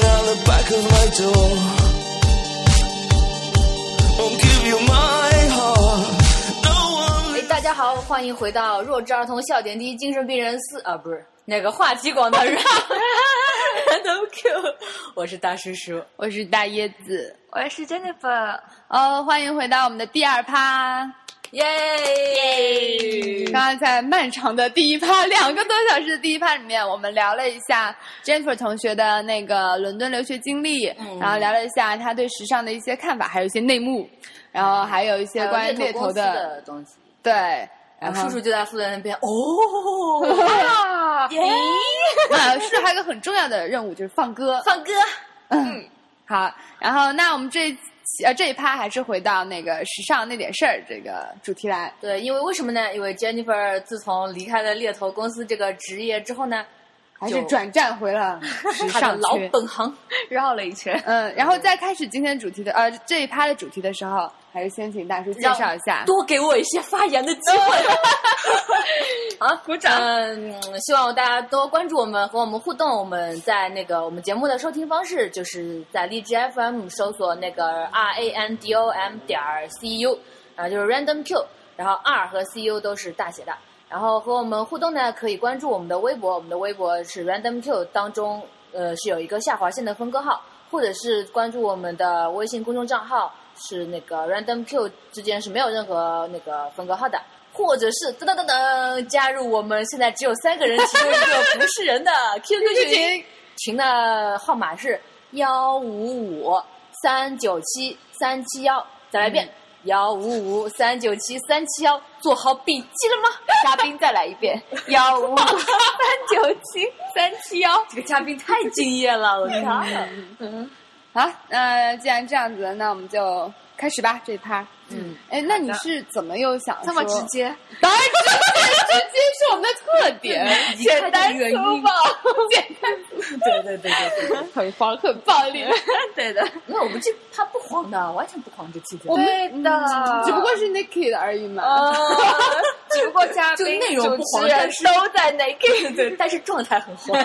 back of my door. Won't give you my heart. No one 哎，大家好，欢迎回到弱智儿童笑点低精神病人四啊，不是那个话题广告 人，Random Q，我是大叔叔。我是大椰子。我是 Jennifer，哦，欢迎回到我们的第二趴。耶耶！刚刚在漫长的第一趴， 两个多小时的第一趴里面，我们聊了一下 Jennifer 同学的那个伦敦留学经历，嗯然后聊了一下她对时尚的一些看法，还有一些内幕，然后还有一些关于猎猎头头公司的东西，对，然然后后叔叔就在坐在那边 哦， 啊，耶，啊是还有一个很重要的任务就是放歌，放歌。好，然后那我们这一期呃这一趴还是回到那个时尚那点事儿这个主题来，对，因为为什么呢？因为 Jennifer 自从离开了猎头公司这个职业之后呢，还就是转战回 了时她的尚老圈本行。绕了一圈。嗯，然后在开始今天主题的呃这一趴的主题的时候，还是先请大叔介让绍一下。多给我一些发言的机会。 好，鼓掌。嗯，希望大家多关注我们，和我们互动。我们在那个我们节目的收听方式，就是在荔枝 FM 搜索那个 R A N D O M 点 C U，啊，就是 Random Q，然后 R 和 C U 都是大写的。然后和我们互动呢，可以关注我们的微博，我们的微博是 Random Q 当中，呃，是有一个下划线的分割号，或者是关注我们的微信公众账号，是那个 Random Q 之间是没有任何那个分割号的，或者是噔噔噔噔加入我们现在只有三个人，其中一个不是人的 QQ 群，群的号码是幺五五三九七三七幺，再来一遍。幺五五三九七三七幺，做好笔记了 吗？嘉宾再来一 遍，幺五五三九七三七幺。这个嘉宾太敬业了， 我操！好，那、既然这样子，那我们就开始吧这一趴。嗯，哎，那你是怎么又想这么说直？接，当然 直接，直接是我们的特点，简单 粗暴，简单对对对对 对，很黄很暴力。对的，那我们这他不黄的，完全不黄这期节我目，们对的嗯呃只不过是 Nikki 的而已嘛。啊只不过 嘉就宾、内容不主黄持人但是都在那个。 对，但是状态很 黄。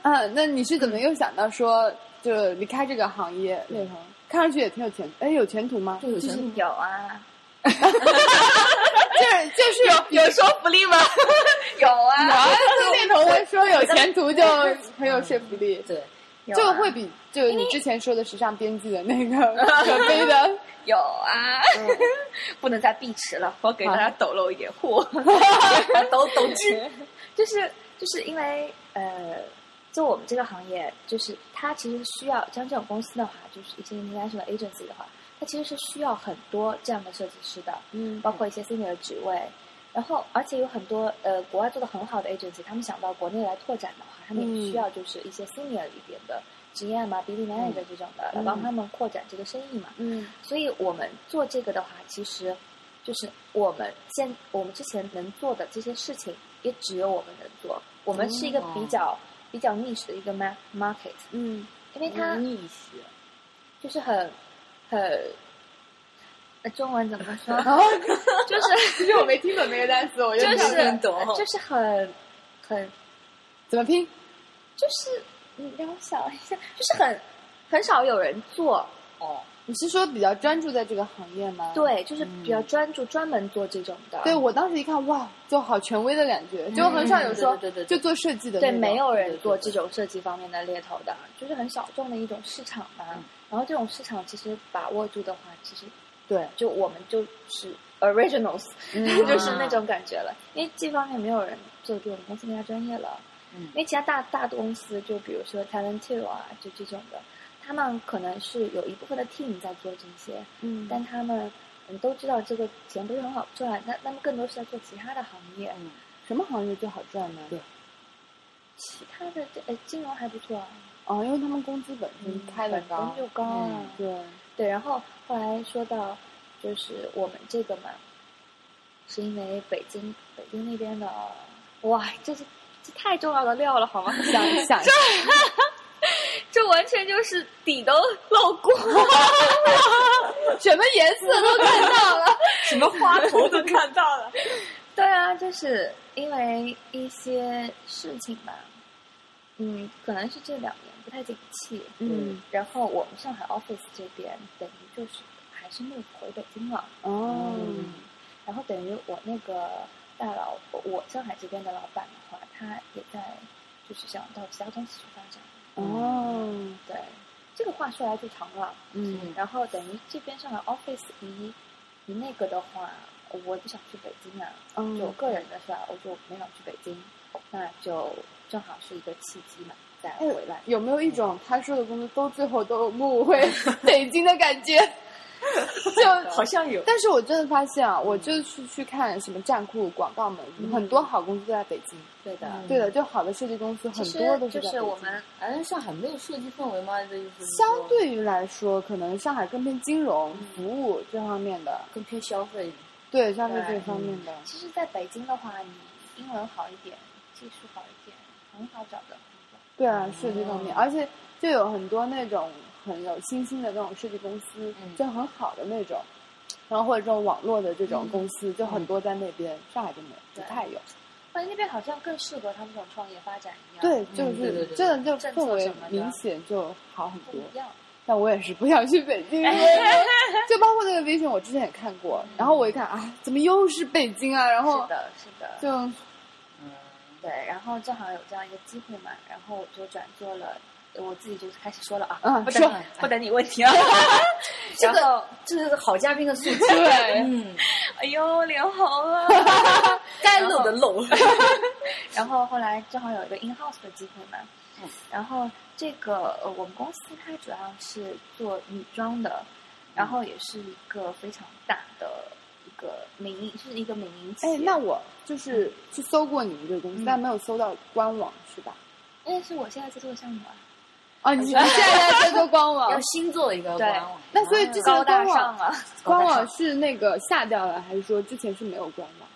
啊，那你是怎么又想到说就离开这个行业内行？看上去也挺有前，哎，有前途吗？ 对，有就些是有啊，就是就是有有说服力吗？有啊，啊，那头我说有前途就很有说服力，对，有啊就会比就你之前说的时尚编辑的那个可悲的，有啊，嗯 不能再避迟了，我给大家抖露一点货。 抖抖智，就是就是因为呃，就我们这个行业，就是它其实需要像这种公司的话，就是一些 international agency 的话，它其实是需要很多这样的设计师的，嗯 包括一些 senior 的职位。然后，而且有很多呃国外做的很好的 agency，他们想到国内来拓展的话，他们也需要就是一些 senior 一点的 GM 啊、BD manager 这种的，来帮他们扩展这个生意嘛。嗯所以我们做这个的话，其实就是我们现我们之前能做的这些事情，也只有我们能做。我们是一个比较、比较 niche 的一个 ma- market，哦嗯，因为它逆袭，就是很很，呃中文怎么 说？然后就 是其实我没听懂那个单词，我就就是想听懂就是很很怎么拼？就是你让我想一下，就是很很少有人做， 哦，你是说比较专注在这个行业吗？。对，就是比较嗯专注、专门做这种的。对，我当时一看，哇，就好权威的感觉，就很少有说对对对对就做设计的那对，种，没有人做对这种设计方面的猎头的，就是很小众的一种市场嘛。嗯然后这种市场其实把握住的话，其实对，就我们就是 originals，、嗯 就是那种感觉了。因为这方面没有人做这种公司更加专业了。嗯因为其他大大公司，就比如说 Talentio 啊，就这种的，他们可能是有一部分的 team 在做这些，嗯但他们嗯都知道这个钱不是很好赚，那那么更多是在做其他的行业，嗯，什么行业最好赚呢？对其他的这呃金融还不错啊。哦，因为他们工资本身开的嗯本高身，就高啊。嗯对，对，然后后来说到就是我们这个嘛，是因为北京北京那边的，哇，这是这太重要的料了 好吗？想想这完全就是底都露过， 什么颜色都看到 了，什么花头都看到了，对啊，就是因为一些事情吧，嗯，可能是这两年不太景气，嗯，然后我们上海 office 这边等于就是还是 move 回北京了，哦嗯，然后等于我那个大佬，我我上海这边的老板的话，他也在就是想到其他公司去发展，哦，对，这个话说来就长了，嗯然后等于这边上海 office 离离那个的话，我也不想去北京啊，就我哦，个人的话，我就没想去北京，那就正好是一个契机嘛，再哎回来。有没有一种他说的工作都最后都有幕 回北京的感觉？就好像有，但是我真的发现啊，我就是去看什么站酷广告们，嗯很多好公司都在北京。对的，嗯对的，就好的设计公司其很实多都在就是北是京我们反正上海没有设计氛围嘛，这就是相对于来说，可能上海更偏金融、嗯服务这方面的，更偏消费。对消费对这方面的。其实在北京的话，你英文好一点，技术好一点，很好找的工作。对啊，设计方嗯面，而且就有很多那种很有新兴的那种设计公司，嗯就很好的那种，然后或者这种网络的这种公司，就很多在那边，上海就没不嗯对太有。但那边好像更适合他们这种创业发展一样，对，就对对是对真的就政氛策围什么的明显就好很不多。一样。但我也是不想去北京，因为 就包括那个 Vision，我之前也看过，然后我一看啊，怎么又是北京啊？然后嗯是的，是的，就对。然后正好有这样一个机会嘛，然后我就转做了，我自己就开始说了啊，嗯不等说你不等你问题啊。然后，这是好嘉宾的素质，对嗯， 哎呦，脸红啊 了。该露的露。然后后来正好有一个 in house 的机会嘛，嗯然后这个呃我们公司它主要是做女装的，然嗯后也是一个非常大的一个民营，是一个民营企业。哎，那我就是去搜过你们这个公司，嗯但没有搜到官网，是吧？那哎是我现在在做的项目啊，哦，你现在在做官网 哦要，新做一个对官网，那所以之前的官网，啊！官高大网上是那个下掉了，还是说之前是没有官网？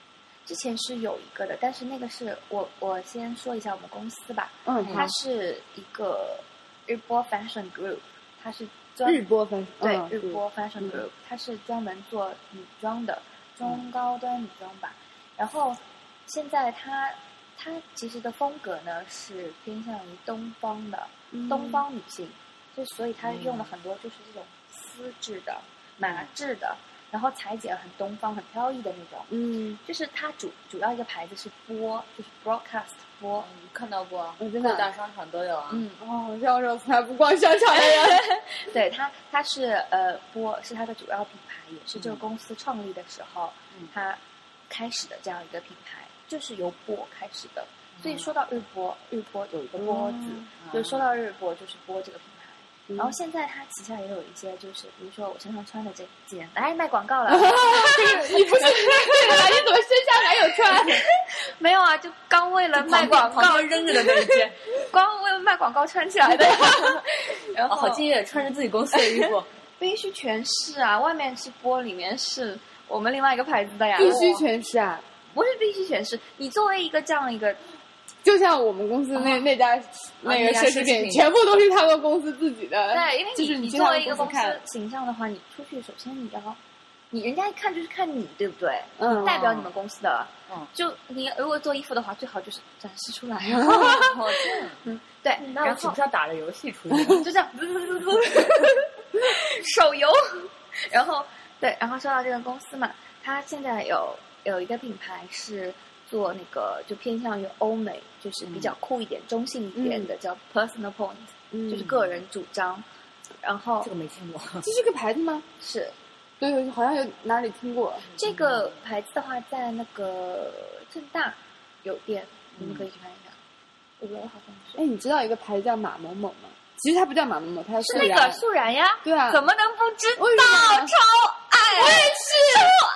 之前是有一个的，但是那个是我我先说一下我们公司吧，嗯，嗯它是一个日播 fashion group，它是它专日播分对，嗯日是播 Fashion 嗯 Group，、它是专门做女装的，中高端女装吧。然后现在它它其实的风格呢是偏向于东方的，嗯东方女性，就所以它用了很多就是这种丝质的、麻质的，然后裁剪很东方、很飘逸的那种。嗯，就是它主主要一个牌子是波，就是 broadcast 波。哦嗯看到过，我真的各大商场都有啊。嗯，哦，像我这种从来不逛商场的 人，对它，它是呃波是它的主要品牌，也是嗯这个公司创立的时候，嗯它开始的这样一个品牌，就是由波开始的。哦所以嗯说到日波，日波有一个波字，就说到日波就是波这个品啊牌。嗯然后现在它旗下也有一些，就是比如说我身上穿的这件，哎，卖广告了， 你不是 那个吧？你怎么身上还有穿？没有啊，就刚为了卖卖广广告，告扔着的那一件，光为了卖广告穿起来的。 然 哦，后好敬业，穿着自己公司的 衣服，必须全是啊，外面是波，里面是我们另外一个牌子的呀。必须全是啊！不是必须显示，你作为一个这样一个，就像我们公司哦那那家那那个家奢奢侈侈品，品全部都是他们公司自己的。对，因为你、呃就是你去作他为们一个公公司司看，形象的话，你出去首先你要，你人家一看就是看你，对不对？嗯代表你们公司的，嗯就你如果做衣服的话，最好就是展示出来，嗯哦，这 样对，那我然岂后不是要打着游戏出去？ 就这样，滋滋滋滋滋手游， 然后对，然后说到这个公司嘛，它现在有有一个品牌是做那个就偏向于欧美，就是比较酷一点、中性一点的，叫 Personal Point。嗯就是个人主张。然后这个没听过，这是个牌子吗？是对，好像有哪里听过。这个牌子的话，在那个正大有店，你们可以去看一下。我觉得好像是哎，你知道一个牌子叫马某某吗？其实它不叫马某某，它是那个素然呀，对啊，怎么能不知道？为什么超爱，我也是，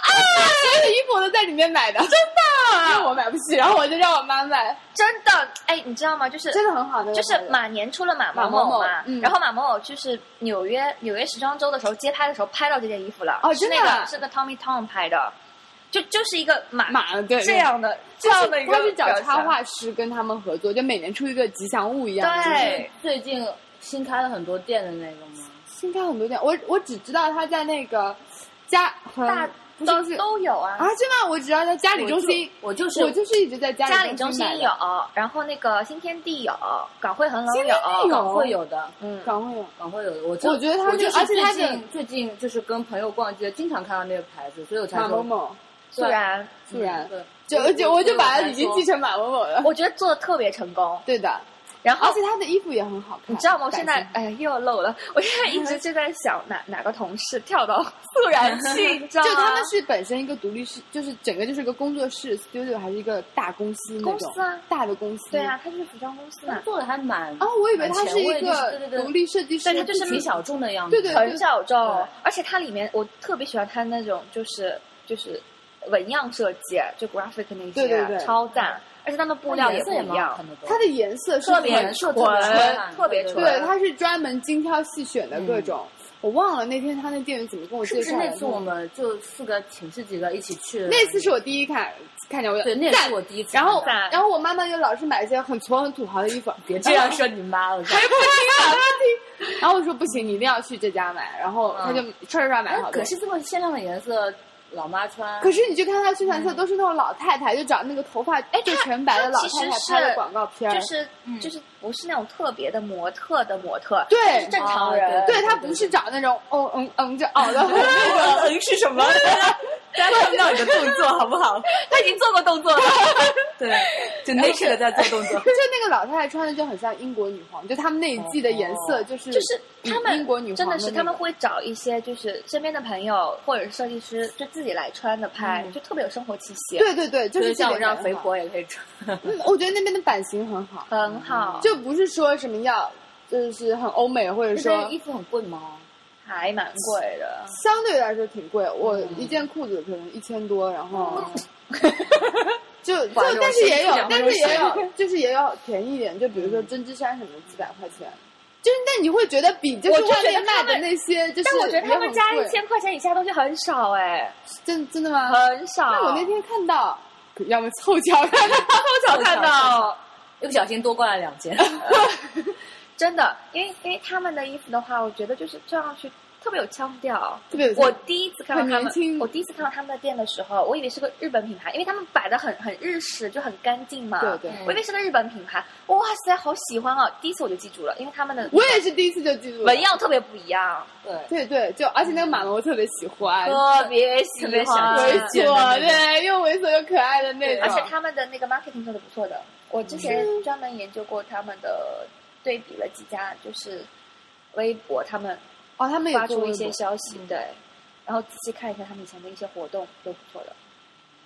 所有的衣服我都在里面买的，真的，啊因为我买不起，然后我就让我妈买，真的。哎，你知道吗？就是 真的很好，那个就是牌子马年出了马马某某某嘛，嗯然后马某某就是纽约纽约时装周的时候街拍的时候拍到这件衣服了，哦是真的那个是个 Tommy Tom 拍的，就就是一个马马对对这样的这就是样的一个他是找表插象画师跟他们合作，就每年出一个吉祥物一样。就是对，最近新开了很多店的那个吗？新开很多店，我我只知道他在那个家和大当时都有啊。啊，真的，我只要在家里中心，我就我就是我就是一直在家家里里中心心买的有，然后那个新天地有，港汇恒隆有，港会有的，嗯，港汇有。港会有的。我就我觉得他我就就是而且最他近的最近就是跟朋友逛街，经常看到那个牌子，所以我才马某说某，素然，素然，对就所以就我就把所以它我才已经说记成马某某了。我觉得做的特别成功。对的，然后而且他的衣服也很好看。你知道吗？我版现在型哎又漏了，我现在一直就在想哪哪个同事 跳到素然去， 你知道吗？就他们是本身一个独立室，就是整个就是个工作室 studio，还是一个大公司那种公司啊大的公司。对啊，，他就是服装公司嘛，做的还蛮啊，我以为他是一很前卫就是个对对对独立设计师，但它就是自己挺小众的样子。对对很小众对，而且它里面我特别喜欢它那种就是就是纹样设计，就 graphic 那些，对对嗯对超赞。而且它们布料颜不色也一蛮好样，看的都，它的颜色是特别很颜色纯特别纯纯，特别纯对，它是专门精挑细选的各种。我忘了那天他那店员怎么跟我嗯是介不是绍那的次我们就四个寝室几个一起去？那次是我第一看看见我对，那也赞是我第一次看然到。后赞然后我妈妈又老是买一些很矬很土豪的衣服，别这样说你妈了，还然后我说不行，你一定要去这家买，然后他就刷刷刷买好嗯多。哎可是这么鲜亮的颜色，老妈穿。可是你去看他宣传册，都是那种老太太，就找那个头发哎就她全白的她老其太实太是拍的广告片儿，就是嗯就是不是那种特别的模特的模特，对正常人哦对，他对不是找那种哦嗯嗯 就熬的那种，嗯是什么？大家看不到你的动作好不好？他已经做过 动作了，对，就那似的在做动作。就那个老太太穿的就很像英国女皇，就他们那一季的颜色就是哦就是他们英国女皇真的的是那他们种会找一些就是身边的朋友或者是设计师，就自己来穿的拍，就特别有生活气息，嗯对对对，就就是是像我这这个样肥很好，婆也可以穿。嗯，我觉得那边的版型很好，很好，就不是说什么要就是很欧美或者那说边衣服很贵吗？ 还蛮贵的。相对来说挺贵，我嗯一件裤子可能一千多，然后就就哇这种但是也有神奇，但是也有，就是也有便宜一点，就比如说针织衫什么的几百块钱，就是但你会觉得比就我是就觉外得面卖他的们那些就是但我觉得他也们很加贵一千块钱以下东西很少哎、真真的吗？很少。那我那天看到，要么凑巧看到，偷巧看到，一不小心多灌了两 件。真的，因为因为他们的衣服的话，我觉得就是穿上去特别有腔调。 特别有我第一次看到他很年们，轻我第一次看到他们的店的时候，我以为是个日本品牌，因为他们摆的很很日式，就很干净嘛。对对。我以为是个日本品牌，哇塞，好喜欢哦！第一次我就记住了，因为他们的我也是第一次就记住了纹，样特别不一样，对，对对，就而且那个马龙我特别喜欢，特别喜特别欢想猥见简琐单那种对，又猥琐又可爱的那种，而且他们的那个 marketing 做的不错的，我之前专门研究过他们的，对比了几家，就是微博他们哦，他们也发做嗯出一微些博消息，对，然后仔细看一下他们以前的一些活动都不错的，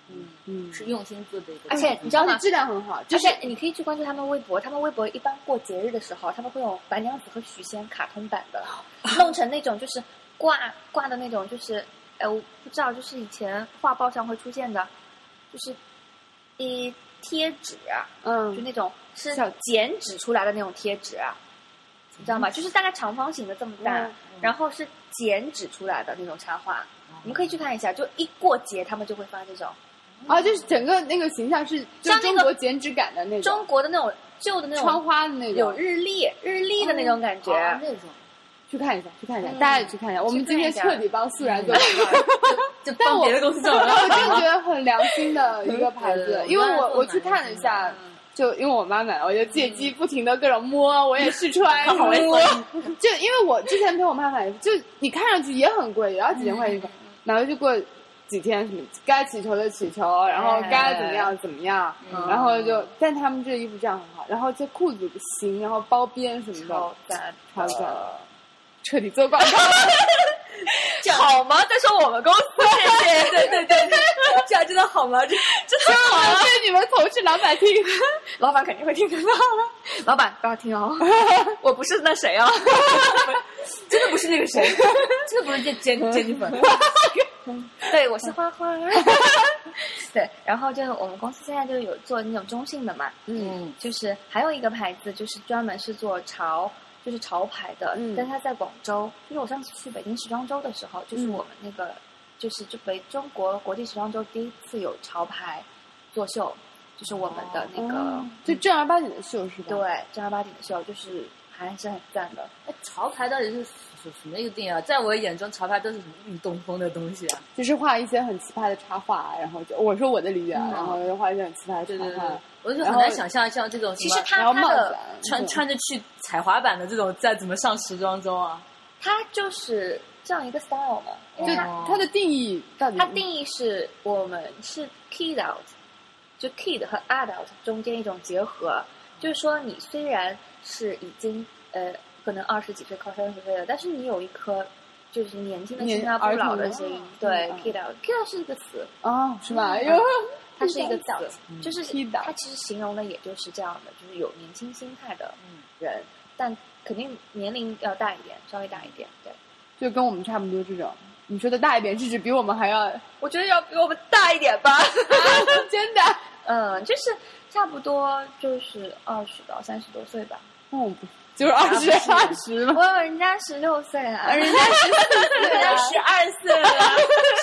嗯，嗯，是用心做的一个。嗯而且你知道而且吗？质量很好，就而是且你可以去关注他们微博，他们微博一般过节日的时候，他们会有白娘子和许仙卡通版 的，弄成那种就是挂挂的那种，就是呃，我不知道，就是以前画报上会出现的，就是一贴纸啊，就嗯，那种是小剪纸出来的那种贴纸啊，你知道吗？就是大概长方形的这么大，嗯然后是剪纸出来的那种插画。你们可以去看一下，就一过节他们就会发这种啊，就是整个那个形象是就像那个中国剪纸感的那种，中国的那种旧的那窗种花的那有种，日历日历的那种感觉。哦那种，去看一下，去看一下，嗯大家也去看一下。我们今天彻底帮素然做广告，就但帮我别的公司做 我真了。 的觉得很良心的一个牌子，对因为我我妈做我去看了一下蛮有心。就因为我妈买了，我就借机不停的各种摸，我也试穿 好猥摸 琐。就因为我之前陪我妈买，就你看上去也很贵，也要几千嗯块钱一个，买回去过几天什么该起球的起球，然后该怎么样怎么样，哎嗯然后就但他们这衣服质量很好，然后这裤子型，然后包边什么超的，赞，超赞，彻底做广告。 好吗？再说我们公司，谢谢。对对 对，这样真的好吗？这好被你们同事老 板听，老板肯定会听得到的。老板不要听哦，我不是那谁 哦。真的不是那个谁，真的不是这杰杰尼粉。 对，我是花花。 对，然后就是我们公司现在就有做那种中性的嘛，嗯，就是还有一个牌子，就是专门是做潮，就是潮牌的，嗯但它在广州，就是我上次去北京时装周的时候，就是我们那个、就是就北中国国际时装周第一次有潮牌作秀，就是我们的那个、嗯就正儿八经的秀是吧？对正儿八经的秀，就是还是很赞的。哎，潮牌到底是什什么一个定义啊？在我眼中，潮牌都是什么运动风的东西啊？就是画一些很奇葩的插画，啊然后就我说我的理解，啊，嗯然后就画一些很奇葩的对对插对画，，我就很然难后想象像这种什其么。实然后他嗯帽他子的啊穿这种穿着去踩滑板的这种，再怎么上时装周啊？他就是这样一个 style 嘛，因为就他哦它的定义到底它定义是我们是 kid out，就 kid 和 adult 中间一种结合，就是说你虽然是已经呃可能二十几岁靠三十岁了，但是你有一颗就是年轻的年心啊不儿老童的的心心，对嗯 kid out，kid out 是一个词，啊是吧？哎呦，嗯 它是一个词 kid out，就是 kid 嗯 out 它其实形容的也就是这样的，就是有年轻心态的嗯人，但肯定年龄要大一点，稍微大一点，对。就跟我们差不多这种。你说的大一点，是指比我们还要 我觉得要比我们大一点吧。真的？嗯，就是差不多就是二十到三十多岁吧。那我不就是二十二十 吗？我有哦人家十六岁啊， 人家人家十二岁了，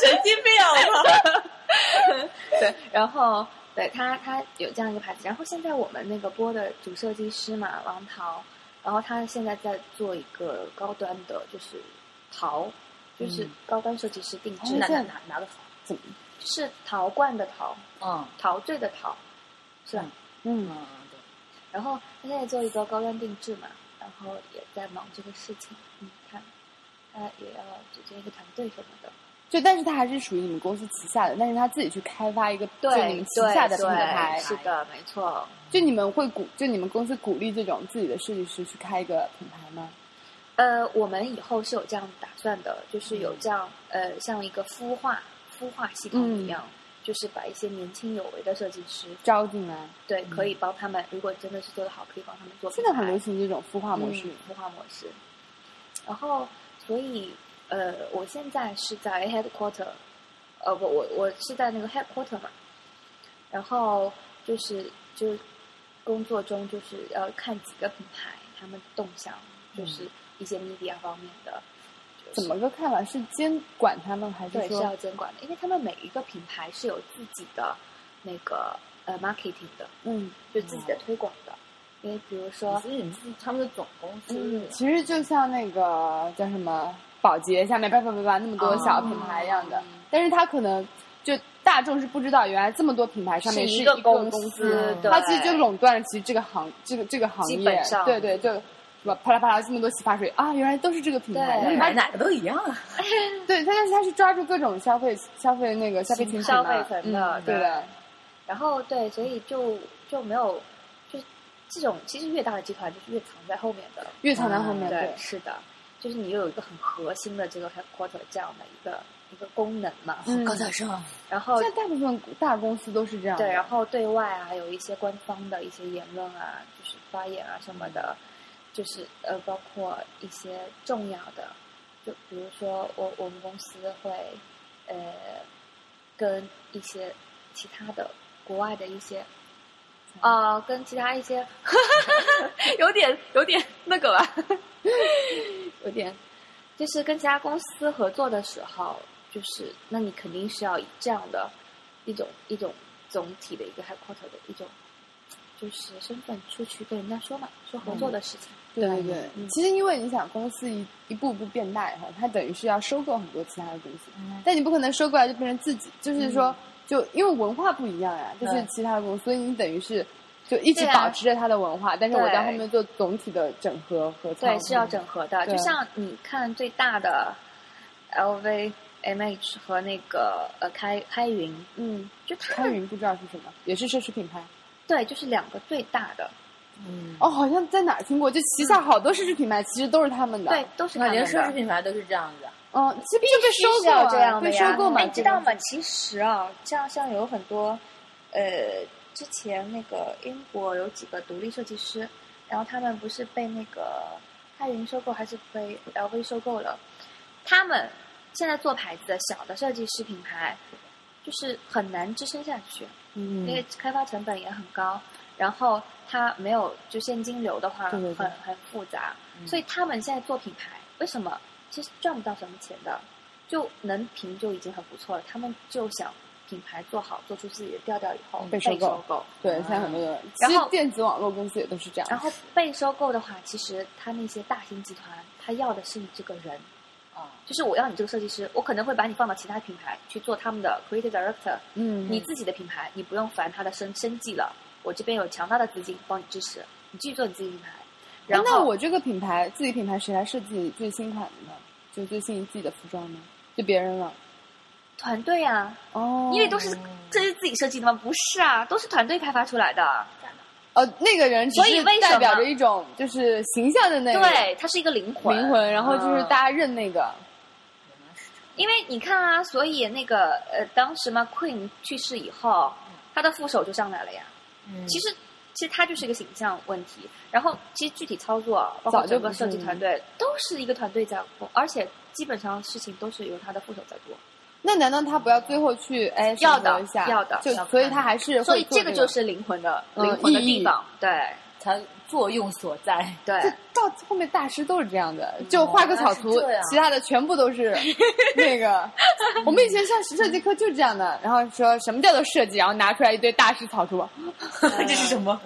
神经病啊！我 靠对， 然后对他他有这样一个牌子，然后现在我们那个播的主设计师嘛，王桃，然后他现在在做一个高端的，就是陶，就是嗯高端设计师定制，哪的，哪哪哪个好？怎么？是陶罐的陶，嗯陶醉的陶，是吧？嗯嗯，嗯，对。然后他现在做一个高端定制嘛，然后也在忙这个事情。嗯，看，他也要组建一个团队什么的。就但是它还是属于你们公司旗下的，但是它自己去开发一个就你们旗下的品牌，是的，没错。就你们会鼓，就你们公司鼓励这种自己的设计师去开一个品牌吗？呃，我们以后是有这样打算的，就是嗯有这样、呃，像一个孵化孵化系统嗯一样，就是把一些年轻有为的设计师，招进来，对，可以帮他们，如果真的是做得好，可以帮他们做嗯品现牌。在很流行这种孵化模式。嗯孵化模式。然后，所以呃，我现在是在 headquarter，呃，不，我我是在那个 headquarter 嘛，然后就是就是工作中就是要看几个品牌他们的动向，就是一些 media 方面的。就是嗯怎么个看法？是监管他们，还是对，是说要监管的，因为他们每一个品牌是有自己的那个呃 marketing 的，嗯？就自己的推广的。因为比如说，所以你们是他们的总公司啊嗯，其实就像那个叫什么保洁下面叭叭叭叭那么哦多小品牌一样的，嗯但是它可能就大众是不知道，原来这么多品牌上面是一一个公啊公司它对其实就垄断了其实这个行这个这个行基业本，上对对，就什么啪啦啪啦这么多洗发水啊，原来都是这个品牌，对它哎买哪个都一样啊。对，它但是它是抓住各种消费消费那个消费群体消嘛费层的嗯对的，然后对，所以就就没有，就这种其实越大的集团就是越藏在后面的。越藏在后面，嗯对，对，是的，就是你又有一个很核心的这个 headquarter 这样的一个一个功能嘛。嗯 高材生啊，然后现在大部分大公司都是这样的，对，然后对外啊有一些官方的一些言论啊，就是发言啊什么的，就是呃包括一些重要的，就比如说我我们公司会呃跟一些其他的国外的一些。啊、跟其他一些 有点有点那个吧， 有点，就是跟其他公司合作的时候，就是那你肯定是要以这样的一种一种总体的一个 headquarter 的一种，就是身份出去跟人家说嘛，说合作的事情。对对对，嗯其实因为你想，公司一一步步变大以后，它等于是要收购很多其他的公司，嗯但你不可能收过来就变成自己，就是说，就因为文化不一样呀、就是对其他的公司，所以你等于是就一直对啊保持着它的文化，但是我对在后面做总体的整合和操对，控是要整合的。嗯对就像你看最大的 LV、MH 和那个呃开开云，嗯，就他开们云不知道是什么，也是奢侈品牌对，就是两个最大的，嗯，哦，好像在哪儿听过，就旗下好多奢侈品牌其实都是他们的，嗯对，，都是我他感们觉的。奢侈品牌都是这样子啊。嗯，其实就被收是购要啊这样的被呀，收购嘛，哎你知道吗？其实啊，这样像有很多，呃，之前那个英国有几个独立设计师，然后他们不是被那个开云收购，还是被 LV 收购了？他们现在做牌子的小的设计师品牌，就是很难支撑下去，啊嗯因为开发成本也很高，然后它没有就现金流的话，对对对很很复杂，嗯所以他们现在做品牌，为什么其实赚不到什么钱的，就能平就已经很不错了。他们就想品牌做好，做出自己的调调以后嗯被收收购购。对，现在很多人，其嗯然实后电子网络公司也都是这样。然后被收购的话，其实他那些大型集团，他要的是你这个人，哦，就是我要你这个设计师，我可能会把你放到其他品牌去做他们的 creative director，嗯，你自己的品牌，你不用烦他的生生计了，我这边有强大的资金帮你支持，你继续做你自己品牌。哎然后、那我这个品牌自己品牌谁来设计最新款的呢？就最新一季的服装呢？就别人了。团队啊，哦，因为都是这是自己设计的吗？不是啊，都是团队开发出来的。呃那个人，所以为什代么表着一种就是形象的那个对，它是一个灵魂。灵魂，然后就是嗯大家认那个。因为你看啊，所以那个呃，当时嘛，Queen 去世以后，嗯他的副手就上来了呀。嗯其实，其实他就是一个形象问题。然后，其实具体操作，包早括就整个不是设计团队，都是一个团队在，而且基本上事情都是由他的副手在做。那难道他不要最后去哎要审核的一下？要的就要的所以他还是会所以做这个就是灵魂的、嗯灵魂的意义地方。对它作用所在。对这到后面大师都是这样的，就画个草图原来是这样，其他的全部都 是那个。我们以前上设计课就是这样的，然后说什么叫做设计，然后拿出来一堆大师草 图，嗯 这是什么？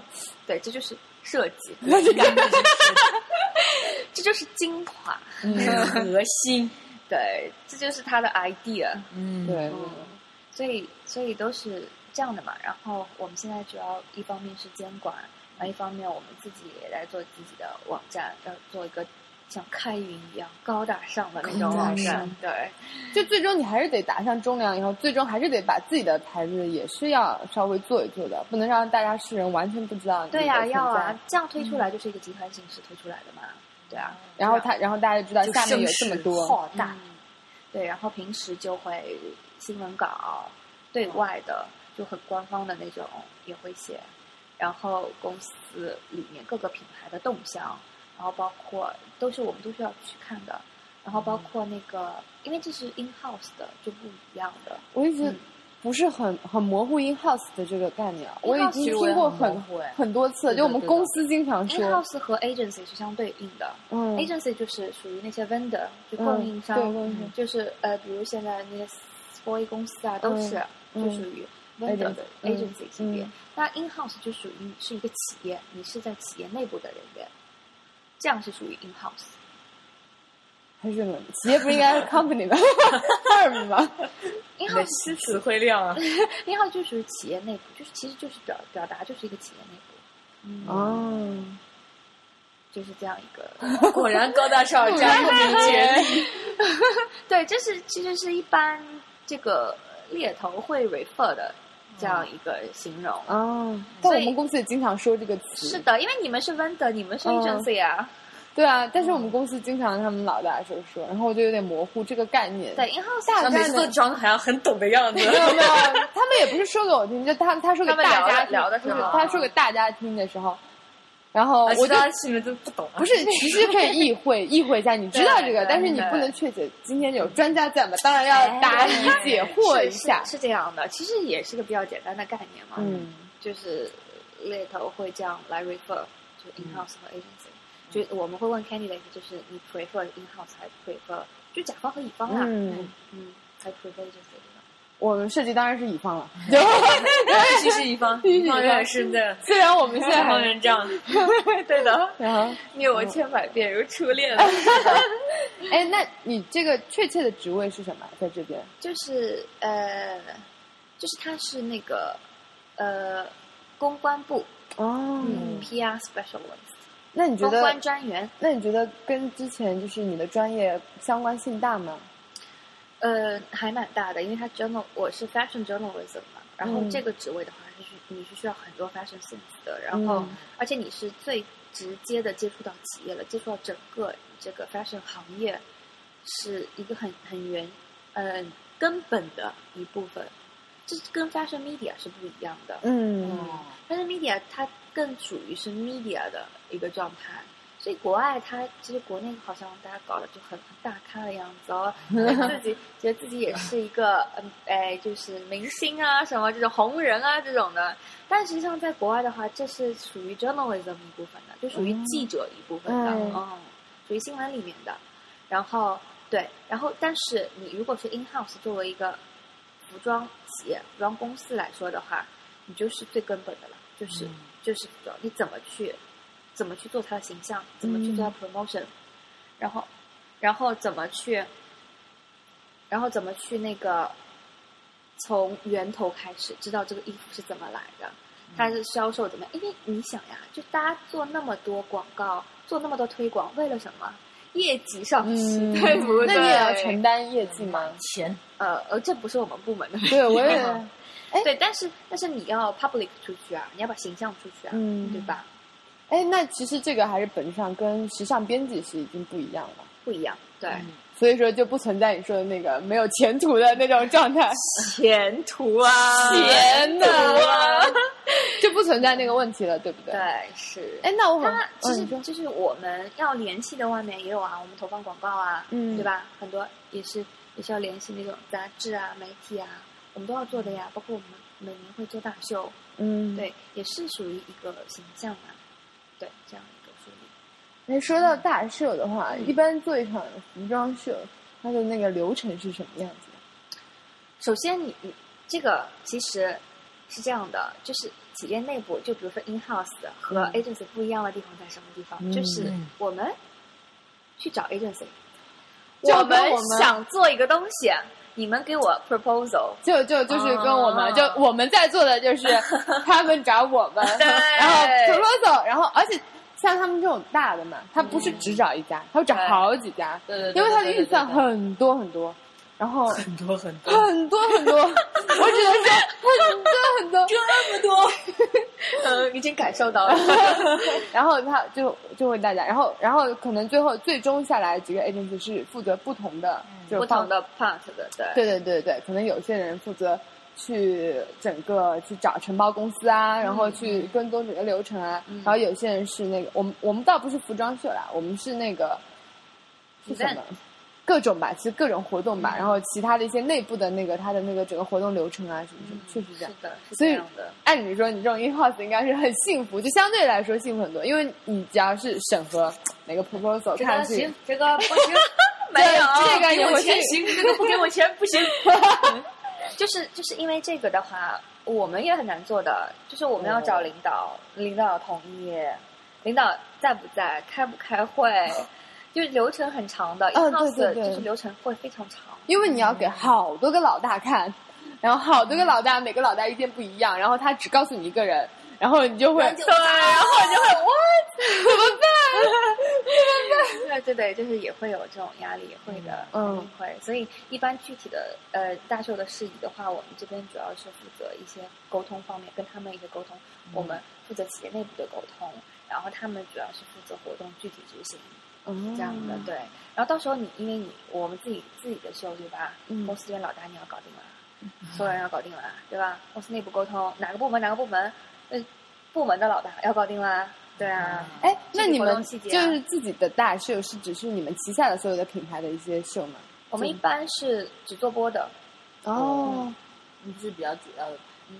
对，这就是设计，那就感觉这就是精华。嗯核心。对，这就是他的 idea。嗯，对，所以所以都是这样的嘛。然后我们现在主要一方面是监管，然后一方面我们自己也在做自己的网站，要做一个像开云一样高大上的那种高大网上站。对，就最终你还是得打上重量，以后最终还是得把自己的牌子也是要稍微做一做的，不能让大家世人完全不知道你的对呀、存要在嗯啊。，这样推出来就是一个集团形式推出来的嘛。对啊，然后他，然后大家就知道呃就下面有这声么势多，浩大。嗯对，然后平时就会新闻稿对外的就很官方的那种也会写，然后公司里面各个品牌的动向，然后包括都是我们都需要去看的，然后包括那个，因为这是 in house 的就不一样的，我一直嗯不是很很模糊 in house 的这个概念啊，我已 in-house 经其实我听也过很模很糊哎很多次，对就的我们对的公司经常 in 说， house 和 agency 是相对应的，哎嗯， agency 就是属于那些 vendor，就供应商，对供应商就是呃，比如现在那些 4A 公司啊，都是、嗯就属于 vendor 的 Agency，嗯 agency 级别。嗯那 in house 就属于是一个企业，你是在企业内部的人员，这样是属于 in house。还是什么企业不是应该是 company 的 firm 吗？你 in 的 house 词词汇量啊， in house 就属于企业内部，就是其实就是表表达就是一个企业内部，嗯哦，就是这样 一个。果然高大 上，占有名节。对，这是其实是一般这个猎头会 refer 的嗯这样一个形容。哦，但所我以们公司也经常说这个词，是的，因为你们是 vendor，你们是嗯 agency 啊。对啊，但是嗯我们公司经常他们老大说说，然后我就有点模糊这个概念。对，in house 大他每次都装的好像很懂的样 子。 没有没有，他们也不是说给我听，就他他说给他们聊大的家听聊的不是时候啊他说给大家听的时候，然后我我知就道他心里面都不懂啊。 不是，其实可以意会意会一下，你知道这个，对但是你对哎不能确切。今天有专家在嘛，当然要答疑解惑一下是。是这样的，其实也是个比较简单的概念嘛。嗯，就是猎头会这样来 refer，就是嗯 in house 和 agency，、就我们会问 candidate，就是你 prefer in house 还 prefer 就甲方和乙方啦、嗯，哦嗯，还 prefer agency 对吧我们设计当然是乙 方了，必须是一方，须是一一方方永远是的，虽然我们现一在方还人这样。对的， 然后虐我千百遍如初恋了。哎，那你这个确切的职位是什么？啊在这边就是呃，就是他是那个呃公关部哦嗯 PR specialist，那你觉公得关专员。那你觉得跟之前就是你的专业相关性大吗？呃，还蛮大的，因为他 journal 我是 fashion journalism 嘛，然后嗯这个职位的话是需你是需要很多 fashion sense 的，然后、嗯而且你是最直接的接触到企业了，接触到整个这个 fashion 行业是一个很很原呃根本的一部分，这跟 fashion media 是不一样的。嗯但是 media 它更属于是 media 的一个状态，所以国外它其实国内好像大家搞的就很很大咖的样子哦，自己觉得自己也是一个嗯哎就是明星啊什么这种红人啊这种的，但实际上在国外的话，这是属于 journalism 一部分的，就属于记者一部分的，嗯嗯，属于新闻里面的，然后。对，然后但是你如果是 in house 作为一个服装企业、服装公司来说的话，你就是最根本的了，就是、嗯就是服装，你怎么去怎么去做它的形象，怎么去做它嗯 promotion，、然后然后怎么去，然后怎么去那个从源头开始，知道这个衣服是怎么来的，嗯它是销售怎么样？因为你想呀，就大家做那么多广告，做那么多推广，为了什么？业绩上去，嗯 对不对？那你也要承担业绩吗？钱，呃呃，这不是我们部门的， 对，我也对，但是但是你要 public 出去啊，你要把形象出去啊，嗯对吧？哎，那其实这个还是本质上跟时尚编辑是已经不一样了，不一样，对，所以说就不存在你说的那个没有前途的那种状态，前途啊， 前途啊， 就不存在那个问题了，对不对？对是。哎，那我很它其嗯实你说就是我们要联系的外面也有啊，我们投放广告啊，嗯对吧？很多也是也是要联系那种杂志啊、媒体啊，我们都要做的呀。包括我们每年会做大秀，嗯，对，也是属于一个形象啊，对，这样一个树立。那说到大秀的话，一般做一场服装秀，它的那个流程是什么样子的？首先你，你这个其实是这样的，就是企业内部，就比如说 in house 的和嗯 agency 不一样的地方在什么地方？嗯就是嗯我们去找 agency，就我跟们我们想做一个东西，你们给我 proposal，就就就是跟我们、啊就我们在做的 就是他们找我们，对 然后 proposal，然后而且像他们这种大的嘛，他不是只找一家，他会找好几家，嗯对对因为他的预算很多很多，然后很多很多，很多很多，我只能说很多很 多，这么多，呃，已经感受到了，然后他就就会大家，然后然后可能最后最终下来几个 agency 是负责不同的，嗯就是 不方同的 part 的，对，对对对对，可能有些人负责去整个去找承包公司啊，然后嗯去跟踪整个流程啊，然后有些人是那个我们我们倒不是服装秀啦，我们是那个是什么 Event？嗯各种吧，其实各种活动吧，然后其他的一些内部的那个它的那个整个活动流程啊什么什么，确实这嗯是样。的，是所这以样的，按理说，你这种 in house 应该是很幸福，就相对来说幸福很多，因为你只要是审核哪个 proposal 看上去，，这个不行， 没有哦这个也会是行，这个不给 我钱不行。就是就是因为这个的话，我们也很难做的，就是我们要找领导，领导同意，领导在不在，开不开会，哦就是流程很长的，一嗯 h o u 对对对就是流程会非常长。因为你要给好多个老大看，然后好多个老大每个老大意见不一样，然后他只告诉你一个人，然后你就会就对，啊然后你就会 what 怎么办？对对对，就是也会有这种压力，会的，嗯肯定会。所以一般具体的呃大秀的事宜的话，我们这边主要是负责一些沟通方面，跟他们一些沟通，嗯我们负责企业内部的沟通，然后他们主要是负责活动具体执行。嗯这样的，对。然后到时候你因为你我们自己自己的秀对吧？嗯公司这边老大你要搞定了，所有人要搞定了，对吧？公司内部沟通，哪个部门哪个部门，呃，部门的老大要搞定啦，对啊。哎，那你活动们细节啊就是自己的大秀是只是你们旗下的所有的品牌的一些秀吗？我们一般是只做播的，哦，你是比较主要的，嗯，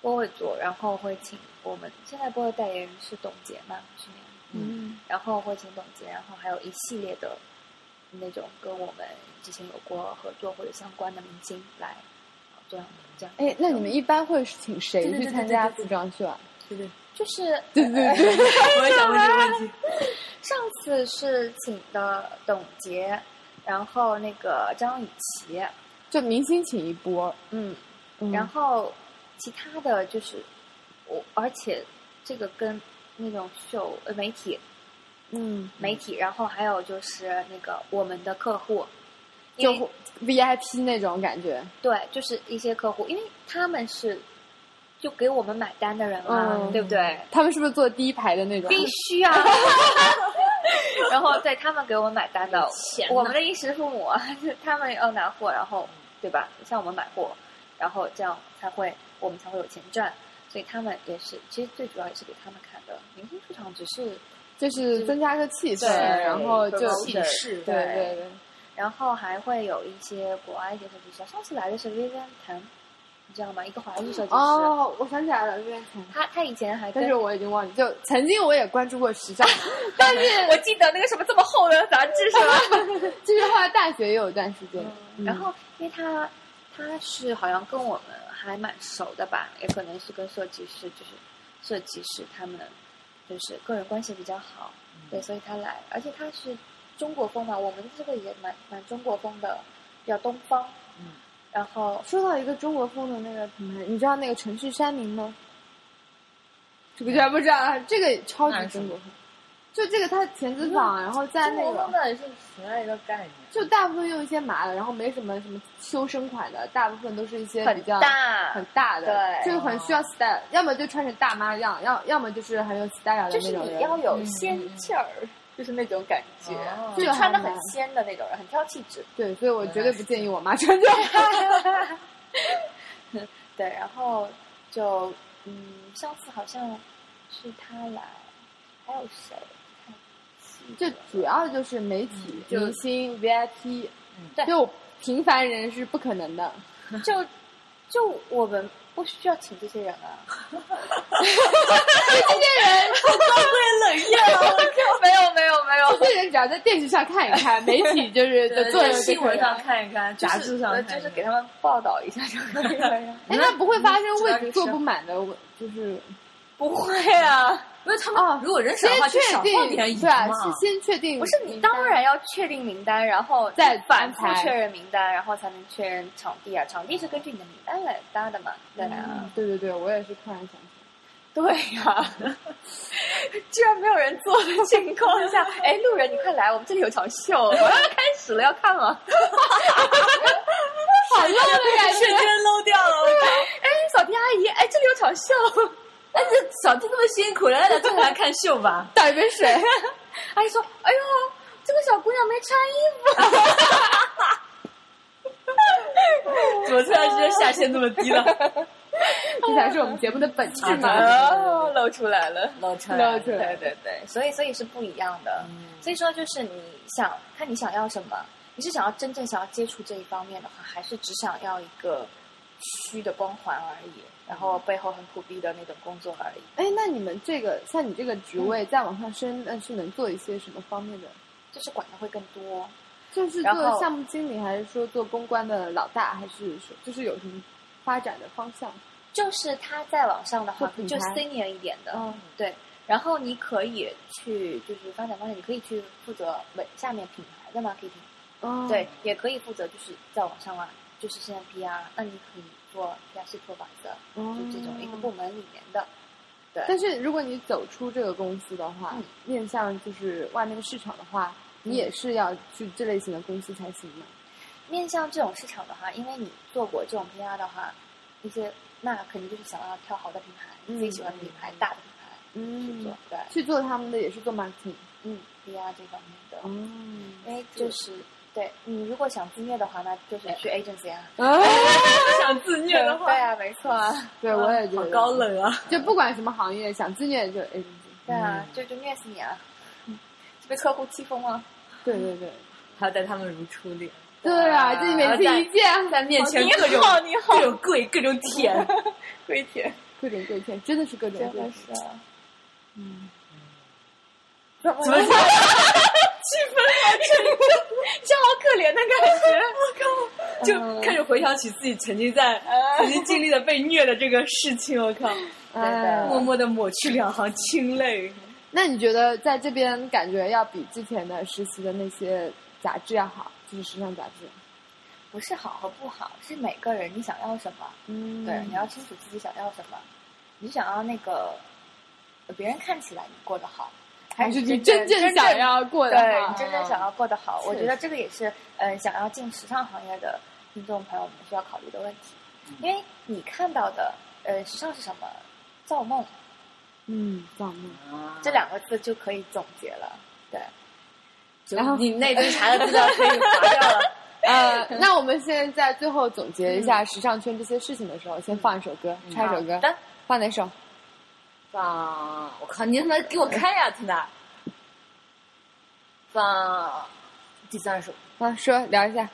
播会做，然后会请我们现在播的代言人是董洁嘛，去年，嗯，然后会请董洁，然后还有一系列的那种跟我们之前有过合作或者相关的明星来呃做这样的哎，那你们一般会请谁对对去对参对加对服装秀啊？对对， 就是对对对，我也想问这个问题。上次是请的董洁，然后那个张雨绮，就明星请一波，嗯，嗯然后其他的就是我，而且这个跟那种秀呃媒体嗯，媒体，然后还有就是那个我们的客户，因就为 VIP 那种感觉，对，就是一些客户，因为他们是就给我们买单的人嘛，嗯对不对？他们是不是坐第一排的那种？必须 啊！然后对他们给我们买单的，钱我们的衣食父母啊， 就他们要拿货，然后对吧？像我们买货，然后这样才会我们才会有钱赚。所以他们也是，其实最主要也是给他们看的。明星出场只是，就是增加个气氛，对然后就气氛势对对对，然后还会有一些国外一些设计师。上次来的是 Vivian Tan，你知道吗？一个华裔设计师，哦，我想起来了，对，他他以前还但跟是我已经忘记，就曾经我也关注过时 尚，但是我记得那个什么这么厚的杂志是吧？就是后来大学也有一段时间，嗯然后因为他他是好像跟我们还蛮熟的吧，也可能是跟设计师，就是设计师他们就是个人关系比较好，嗯对，所以他来，而且他是中国风嘛，我们这个也蛮蛮中国风的，比较东方，嗯，然后说到一个中国风的那个品牌，你知道那个城市山明吗？这个居然不知道啊，这个超级中国风。就这个，它田字坊，啊然啊后在中那国个风到底是什么样一个概念？就大部分用一些麻的，然后没什么什么修身款的，大部分都是一些比很较大，很大哦的，对就是很需要 style，要么就穿成大妈样，要要么就是很有 style 的就那是种你人。嗯要有仙气儿，就是那种感觉，哦就是穿的很这个还蛮仙的那种人，很挑气质。对，所以我绝对不建议我妈 穿这种。对，然后就嗯，上次好像是他来，还有谁？不太记就得主要就是媒嗯体、明星、VIP，对就平凡人是不可能的。哦 就就我们不需要请这些人啊，没哦有没有没有，这些人只要在电视上看一 看，媒体就是就做在人就新可闻以上了。看一看，杂志上呃看就一是看给他们报道一下就可以了 呀。哎，那不会发嗯生位置坐不满的，我就是不会啊，因为他哦们如果人少先的话，就确少放点定椅对啊，哦嘛。是先确定不是你当然要确定名单，然后再反复安排确认名单，然后才能确认场地啊。场地是根据你的名单来搭的嘛？对啊，嗯对对对，我也是突然想起 来。对呀、 居然没有人做的情况下，哎，路人你快来，我们这里有场秀，我要开始了，要看吗？好浪的感瞬间 low 掉了。哎，扫地阿姨，哎，这里有场秀，哎，这扫地那么辛苦，来来正来看秀吧。倒一杯水。阿姨说，哎呦，这个小姑娘没穿衣服。左侧现在下限那么低了，这才是我们节目的本质啊嘛。哦，露出来了，老陈，露出来对对对，嗯所以所以是不一样的。所以说，就是你想看你想要什么，你是想要真正想要接触这一方面的话，还是只想要一个虚的光环而已，然后背后很苦逼的那种工作而已。哎，那你们这个像你这个职嗯位再往上升，那是能做一些什么方面的？就是管的会更多。就是然后做项目经理，还是说做公关的老大，还是说就是有什么发展的方向？就是他再往上的话做，品就牌 senior 一点的，嗯对。然后你可以去就是发展方向，你可以去负责为下面品牌的 marketing，、哦对，，也可以负责就是再往上啊，就是现在 PR，那啊你可以做 PR supervisor，、哦啊就这种一个部门里面的。但是如果你走出这个公司的话，嗯面向就是外面的市场的话，你也是要去这类型的公司才行嘛。面向这种市场的话，因为你做过这种 PR 的话，一些那肯定就是想要挑好的品牌，自己喜欢的品牌，大的品牌去嗯做，，对，去做他们的也是做 marketing。嗯，PR 这方面的。哦，因为就是对你如果想自虐的话，那就是去 agency 啊。想自虐的话对，啊，没错啊，哎对，我也觉好得高，冷啊！就不管什么行业，想自虐就 A P P。对啊，就就虐死你啊，就被客户气疯了。对对对，还要待他们如初恋，对啊，这每次在一见在面前哦你各种好，你好，各种跪，各种舔。 跪舔，各种跪舔，真的是各种真跪的舔。是啊。怎 么说？像好可怜的感觉，就嗯开始回想起自己曾经在曾经经历的被虐的这个事情，我靠，哎默默的抹去两行清泪。那你觉得在这边感觉要比之前的实习的那些杂志要好，就是时尚杂志？不是好和不好，是每个人你想要什么，嗯对，你要清楚自己想要什么，你想要那个呃别人看起来你过得好，还是你真真正想要过的对，话你真正想要过得好，我是觉得这个也是嗯、呃想要进时尚行业的听众朋友们需要考虑的问题，嗯因为你看到的呃，时尚是什么？造梦嗯，造 梦。这两个字就可以总结了。对，然后你那杯茶的资料可以划掉 了。呃，那我们现在在最后总结一下时尚圈这些事情的时候，先放一首歌，唱一首歌，的放哪首？放，我靠，你他妈给我开呀，腾达！放第三首，啊，说聊一下。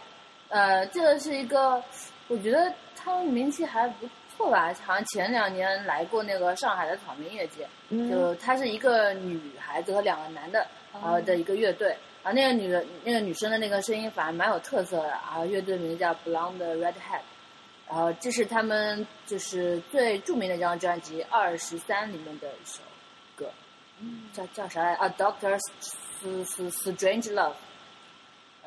呃，这个是一个，我觉得他们名气还不错吧，好像前两年来过那个上海的草莓音乐节，嗯，就她是一个女孩子和两个男的，哦呃的一个乐队。啊，那个女的，那个女生的那个声音反而蛮有特色的啊。乐队名字叫 Blonde Redhead，然后这是他们就是最著名的一张专辑《二十三》里面的一首歌，嗯叫叫啥来着？啊，Doctor Strange Love。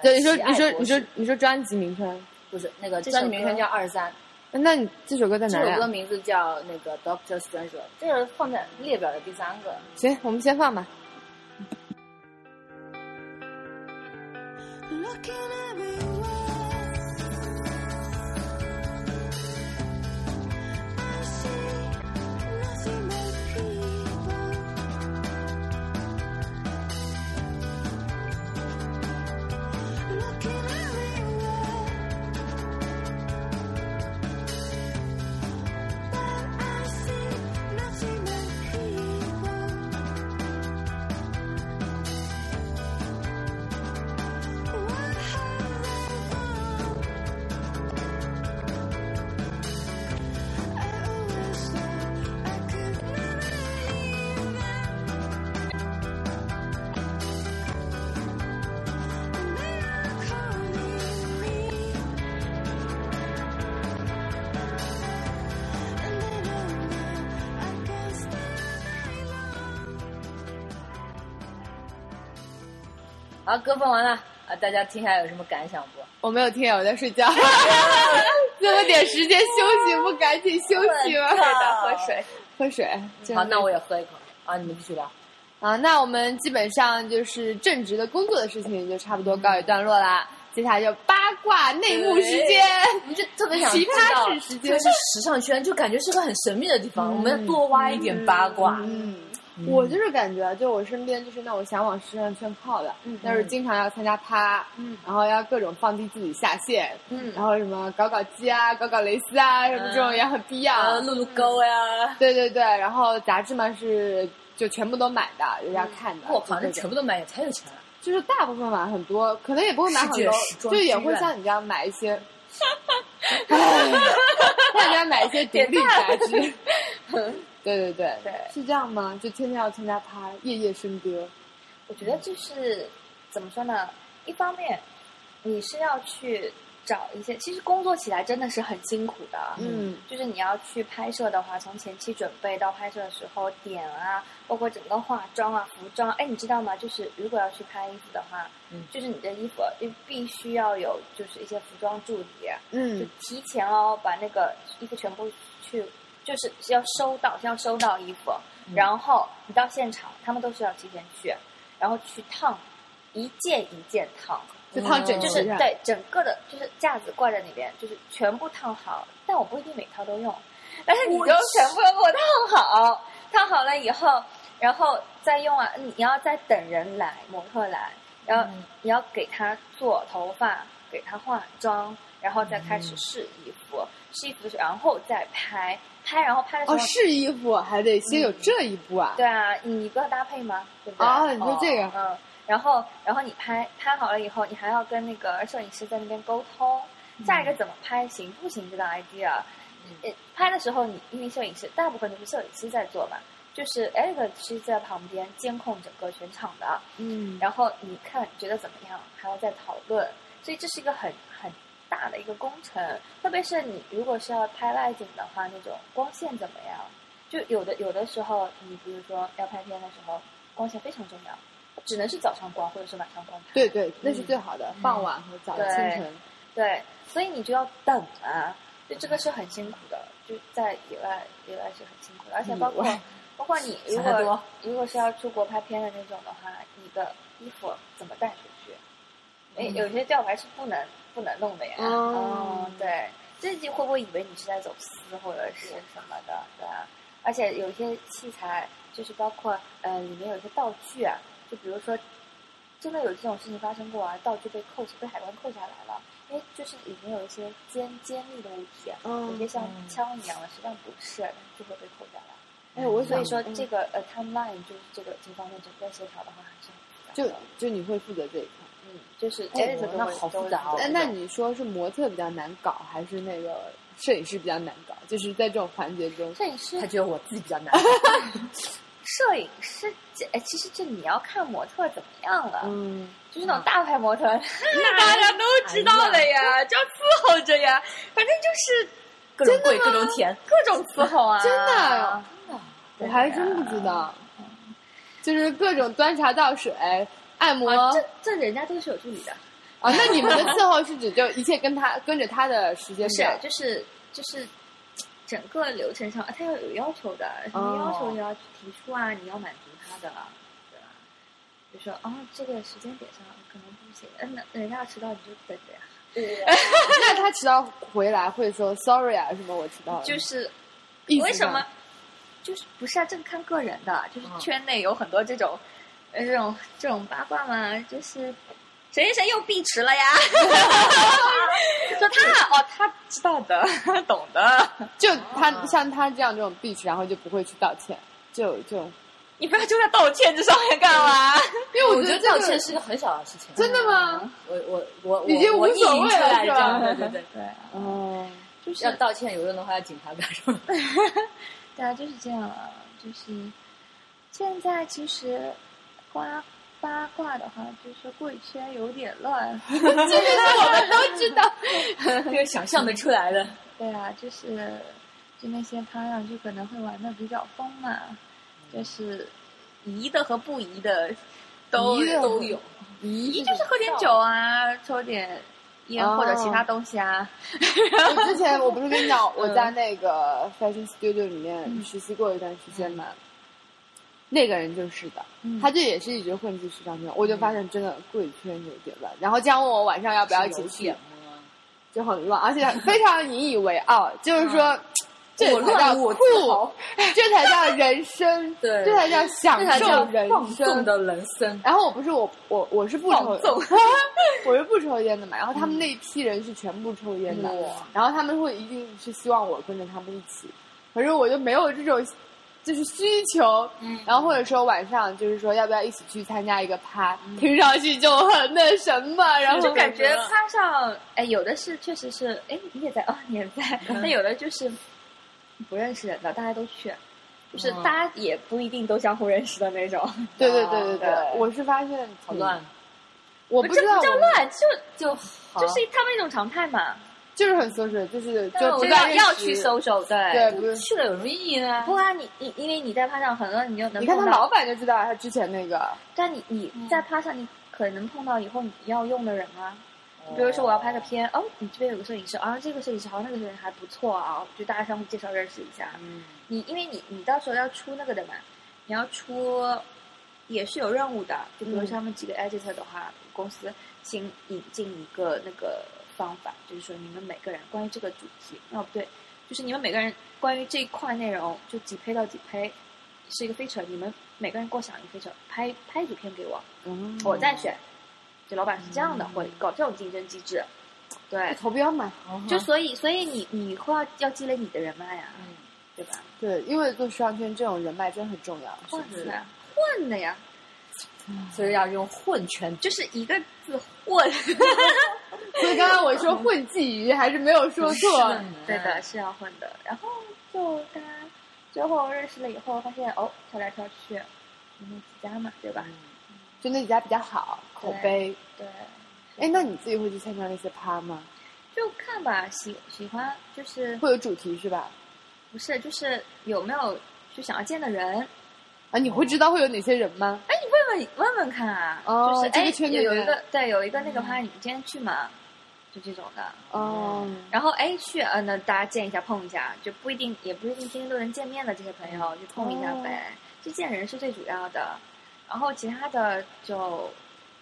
对，你说呃你说你说你说专辑名称，不是那个这专辑首名称歌叫《二十三》，那你这首歌在这哪首里歌啊？名字叫那个 Doctor Strange Love，这是放在列表的第三个。行，我们先放吧。 Looking everywhere, I see nothing but people. Looking everywhere, but I see nothing but people. What have I I always thought I could never leave them, and they are calling me, and they don't know I can't stand alone. 好，歌放完了啊，大家听下来有什么感想不？我没有听，我在睡觉。 这么点时间休 息，不赶紧休息 吗？喝水。喝水。真好，的那我也喝一口啊，你们继续聊。啊，那我们基本上就是正职的工作的事情就差不多告一段落啦。接下来就八卦内幕时间。我们就特别想奇知葩道，是时间就是时尚圈，就感觉是个很神秘的地方，我们要多挖一点八卦。嗯，我就是感觉啊，就我身边就是那种想往时尚圈靠的，但是经常要参加趴，嗯，然后要各种放低自己下限，嗯，然后什么搞搞基啊，搞搞蕾丝啊，什么这种也很必要。啊，露露沟呀，对对对，然后杂志嘛是就全部都买的，人家看的。我靠，那就这全种部都买也太有钱了。就是大部分买很多，可能也不会买很世界时多，装就也会之像你这样买一些，哎像你这样买一些独立杂志。对对对，对是这样吗？就天天要参加趴，夜夜笙歌。我觉嗯得就是怎么说呢？一方面你是要去找一些，其实工作起来真的是很辛苦的。啊嗯，就是你要去拍摄的话，从前期准备到拍摄的时候点啊，包括整个化妆啊、服装，哎，你知道吗？就是如果要去拍衣服的话，嗯就是你的衣服必必须要有就是一些服装助理、啊就嗯，提前哦，把那个衣服全部去，就是要收到，先要收到衣服，然后你到现场，他们都是要提前去，然后去烫，一件一件烫，就烫整就齐是啊对整个的，就是架子挂在那边，就是全部烫好，但我不一定每套都用，但是你就全部给我烫好，烫好了以后，然后再用啊，你要再等人来，模特来，然后嗯你要给他做头发，给他化妆，然后再开嗯始试衣服，试衣服的时候，然后再拍，拍然后拍的时哦，候，试衣服还得先有这一步啊。对啊，你不要搭配吗？对不对？啊，你说这个，嗯，然后然后你拍拍好了以后，你还要跟那个摄影师在那边沟通，嗯下一个怎么拍行不行这个 idea。呃拍的时候你因为摄影师大部分都是摄影师在做嘛，就是 Eric 是在旁边监控整个全场的，嗯，然后你看觉得怎么样，还要再讨论，所以这是一个很很大的一个工程，特别是你如果是要拍外景的话，那种光线怎么样？就有的有的时候，你比如说要拍片的时候，光线非常重要，只能是早上光或者是晚上光拍。对对，那是最好的，傍晚和早清对晨。哎对，所以你就要等啊，就这个是很辛苦的，就在野外野外是很辛苦的，而且包括野外包括你如想得多果如果是要出国拍片的那种的话，你的衣服怎么带出去？哎，嗯有些吊牌是不能不能弄的呀。哦嗯，对，自己会不会以为你是在走私或者是什么的？对啊，而且有一些器材就是包括呃里面有一些道具啊，就比如说真的有这种事情发生过啊，道具被扣被海关扣下来了，因为就是里面有一些尖尖利的物体，有些像枪一样的，实际上不是，但是就会被扣下来。哎，我所想以说这个呃 timeline 就是这个这方面整个协调的话还是很复杂就的就你会负责这一块。嗯就是哎 Eric 我都那会好都复会杂哦做哎，这那种你说是模特比较难搞，还是那个摄影师比较难搞？就是在这种环节中，摄影师他觉得我自己比较 难。摄影师这，哎，其实这你要看模特怎么样了，嗯，就是那种大牌模哎特，那大家都知道的呀，就伺候着呀，反正就是各种贵，各种甜，各种伺候啊，真的，我还真不知道，就是各种端茶倒水、按摩啊，这这人家都是有助理的，啊。那你们的伺候是指就一切跟他跟着他的时间不是表？就是就是整个流程上，啊他要有要求的，什么要求你要提出啊，你要满足他的，对吧？就说哦，这个时间点上可能不行，嗯，那人家要迟到你就等着呀，那他迟到回来会说 sorry 啊什么？我迟到了，就是一直为什这样么？就是不是啊？这个看个人的，就是圈内有很多这种，呃，这种这种八卦嘛，就是谁谁谁又避迟 了呀？说他哦，他知道的， 懂的，就他哦像他这样这种 bitch，然后就不会去道歉，就就，你不要就在道歉这上面干嘛？因为我觉得道歉是是个很小的事情。真的吗？我我我我已经我无意淫所谓出了来是这吧样，对对对， 对啊，哦，就是要道歉有用的话，要警察干什么？对啊，就是这样啊，就是现在其实瓜八卦的话，就是贵圈有点乱。 这个想象的出来的，对啊，就是就那些趴上就可能会玩的比较疯嘛，就是宜的和不宜的都宜的都有。宜就是喝点酒啊，抽点烟哦或者其他东西啊，我之前我不是跟你嗯讲，我在那个 fashion studio 里面实习过一段时间嘛，那个人就是的，嗯他就也是一直混迹时尚圈，我就嗯发现真的贵圈有点乱，然后这样问我晚上要不要一起去，就很乱，而且非常引以为傲，就是说。这嗯我才叫乱我自酷豪，这才叫人生，对这才叫享这才受叫人放纵生的人生。然后我不是我我我是不抽， 我是不抽烟的嘛。然后他们那一批人是全部抽烟的，然后他们会一定是希望我跟着他们一起，可是我就没有这种就是需求。嗯然后或者说晚上就是说要不要一起去参加一个趴，听上去就很那什么，然后嗯就感觉趴上哎，有的是确实是哎，你也在哦，你也 在，那有的就是不认识人的，大家都去。就是嗯大家也不一定都相互认识的那种，对对对对对我是发现嗯好，乱，我这不不知道叫我乱，就就好嗯就是他们一种常态嘛。就是很 social，就是但就我不觉断得认要识去 social，对对，不是。去了有什么意义呢不？啊，你你因为你在趴上很多，你就能你看他碰到嗯老，板就知道他之前那个，但你你在趴上，你可能碰到以后你要用的人啊。比如说我要拍个片，哦，你这边有个摄影师，啊，这个摄影师好像那个摄影师还不错啊，就大家相互介绍认识一下。嗯，你因为你你到时候要出那个的嘛，你要出也是有任务的，就比如说他们几个 editor 的话，公司新引进一个那个方法，就是说你们每个人关于这个主题，哦不对，就是你们每个人关于这一块内容就几配到几配，是一个 feature，你们每个人给我想一个 feature，拍拍一组片给我，我再选。就老板是这样的，会搞这种竞争机制，对，投标嘛，就哦所以所以你你会要要积累你的人脉呀、嗯对吧？对，因为做时尚圈这种人脉真的很重要。是混的呀，混的呀，所以要用混圈，就是一个字 混。所以刚刚我说混迹于还是没有说错。对的，是要混的。然后就大家最后认识了以后，发现哦，跳来跳去，就那几家嘛，对吧？就那几家比较好，口碑。对，哎，那你自己会去参加那些趴吗？就看吧，喜喜欢就是会有主题是吧？不是就是有没有就想要见的人，啊，你会知道会有哪些人吗？问问问问看啊。哦就是嗯这个哎圈子有有一人个对有一个那个趴，你们今天去吗？就这种的。哦，然后哎去啊，那大家见一下碰一下，就不一定也不一定天天都能见面的这些朋友，就碰一哦下呗。就见人是最主要的，然后其他的就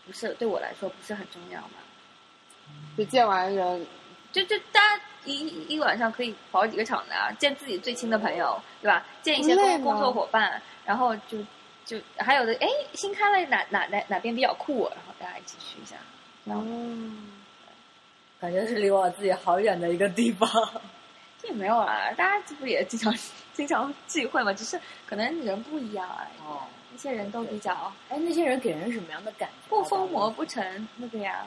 不是对我来说不是很重要嘛。就见完人，就就大家一一晚上可以跑几个场的啊，见自己最亲的朋友，对吧？见一些不累工吗工作伙伴，然后就就还有的哎新开了哪哪哪哪边比较酷，啊然后大家一起去一下。哦感觉是离我自己好远的一个地方。也没有啊，大家这不也经常 经常聚会嘛，只是可能人不一样而已。哦，那些人都比较哎，那些人给人什么样的感觉？不疯魔不成那个呀，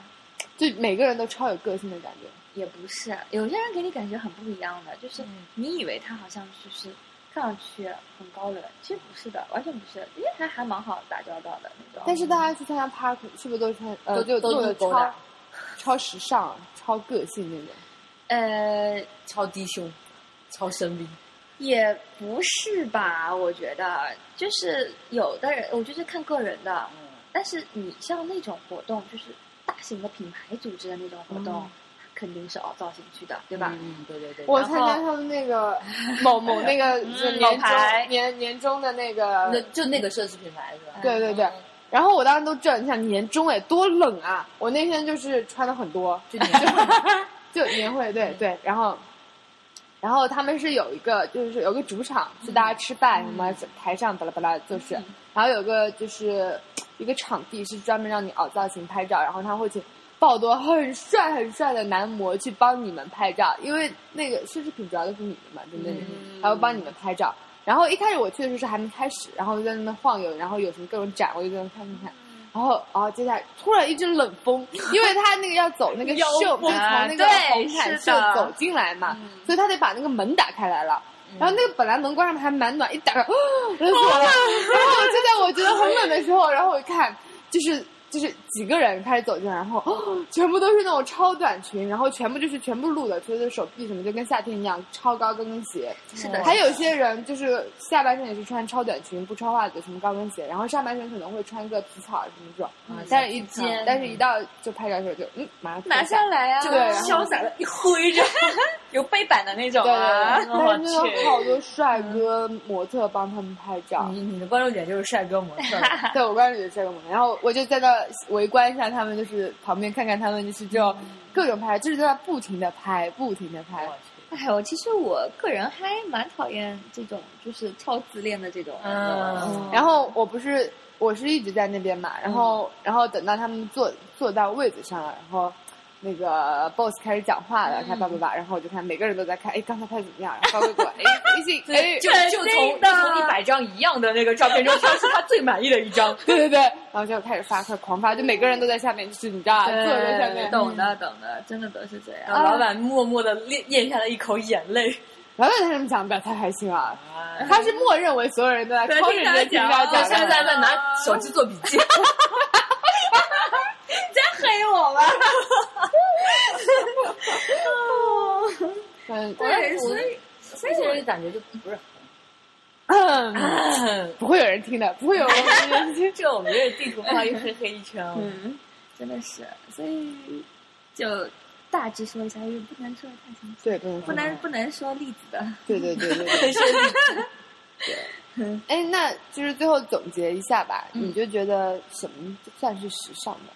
就每个人都超有个性的感觉。也不是，啊有些人给你感觉很不一样的，就是你以为他好像就是看上去很高冷，其实不是的，完全不是，因为他还蛮好打交道的那种。但是大家去参加趴，是不是都穿呃都就都做的一勾超搭超时尚、超个性那种？呃，超低胸，超生病。也不是吧？我觉得就是有的人，我就是看个人的。但是你像那种活动，就是大型的品牌组织的那种活动，肯定是凹造型去的，对吧？嗯，对对对。我参加他们那个某某那个就某年牌终年年终的那个那就那个奢侈品牌是吧？对对对。然后我当时都震，你想年终哎，多冷啊！我那天就是穿的很多，就年会，就年会，对对。然后，然后他们是有一个，就是有个主场，是大家吃饭什么，台上巴拉巴拉就是，然后有个就是一个场地是专门让你凹造型拍照，然后他会请爆多很帅很帅的男模去帮你们拍照，因为那个奢侈品主要都是女的嘛，就那里，还会帮你们拍照。然后一开始我去的时候是还没开始，然后就在那边晃悠，然后有什么各种展，我就在那看看看。然后，然后接下来突然一阵冷风，因为他那个要走那个秀，就从那个红毯秀走进来嘛，所以他得把那个门打开来了。然后那个本来门关上还蛮暖，一打开，啊冷死我了。然后就在我觉得很冷的时候，然后我一看，就是就是几个人开始走进来，然后、啊全部都是那种超短裙，然后全部就是全部露的，就是手臂什么就跟夏天一样，超高跟跟鞋。是 哦的，还有些人就是下半身也是穿超短裙，不穿袜子，什么高跟鞋，然后上半身可能会穿个皮草什么这种，但是一尖但是一到就拍照的时候就嗯，马上脱拿下来啊，对然后洒的一 挥着，有背板的那种对啊对，对，但是真的好多帅哥模特帮他们拍照，嗯你你的关注点就是帅哥模特， 对我关注也是这个模特，然后我就在那围观一下他们，就是旁边看看他们就是这种各种拍，就是在那不停的拍，不停的拍，哎，我其实我个人还蛮讨厌这种就是超自恋的这种人的。嗯，然后我不是我是一直在那边嘛，然后、然后等到他们坐坐到位子上了，然后那个 boss 开始讲话了，他叭叭叭，然后我就看每个人都在看，哎，刚才拍得怎么样？然后高过过，哎，微信，哎，。就就从就从一百张一样的那个照片中挑出他最满意的一张 对对对，然后就开始发，快狂发，就每个人都在下面，就是你知道，啊坐在下面。懂的，懂的，真的都是这样。然后啊老板默默的咽咽下了一口眼泪。老板他这么讲，表态还行啊，他是默认为所有人都在框着你在听他他啊讲啊现在的。在拿手机做笔记，哦嗯，对， 所以所以这个感觉就不是嗯， 很。不会有人听的，不会有 人听这我们这地图画一黑黑一圈哦。嗯，真的是，所以就大致说一下，又不能说的太清楚， 对，不能不能不能说例子的。对对对对对。对，哎，那就是最后总结一下吧，嗯你就觉得什么算是时尚的？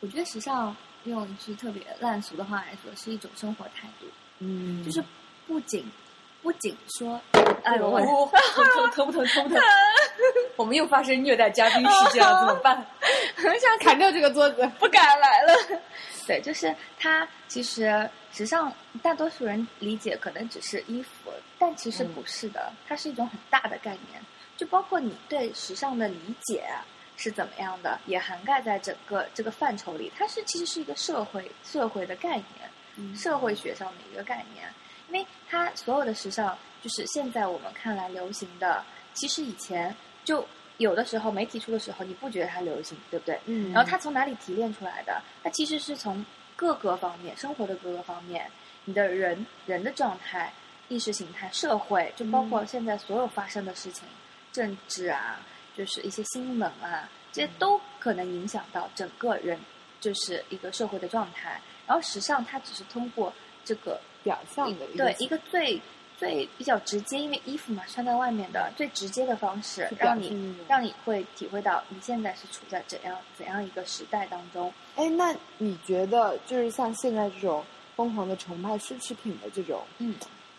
我觉得时尚用一句特别烂俗的话来说，是一种生活态度，嗯就是不仅不仅说，哎呦，我 哦疼疼不疼？疼不疼？我们又发生虐待嘉宾事件了，怎么办？想砍掉这个桌子，不敢来了。对，就是它其实时尚，大多数人理解可能只是衣服，但其实不是的，它是一种很大的概念，就包括你对时尚的理解啊是怎么样的，也涵盖在整个这个范畴里。它是其实是一个社会社会的概念，社会学上的一个概念，因为它所有的时尚，就是现在我们看来流行的，其实以前就。有的时候媒体出的时候，你不觉得它流行，对不对？嗯然后它从哪里提炼出来的？它其实是从各个方面，生活的各个方面，你的人人的状态、意识形态、社会，就包嗯括现在所有发生的事情，政治啊，就是一些新闻啊，这些嗯都可能影响到整个人，就是一个社会的状态。然后时尚它只是通过这个表象的一个对一个最最比较直接，因为衣服嘛穿在外面的最直接的方式去，表让你现那种让你会体会到你现在是处在怎样怎样一个时代当中。哎，那你觉得就是像现在这种疯狂的崇拜奢侈品的这种，嗯，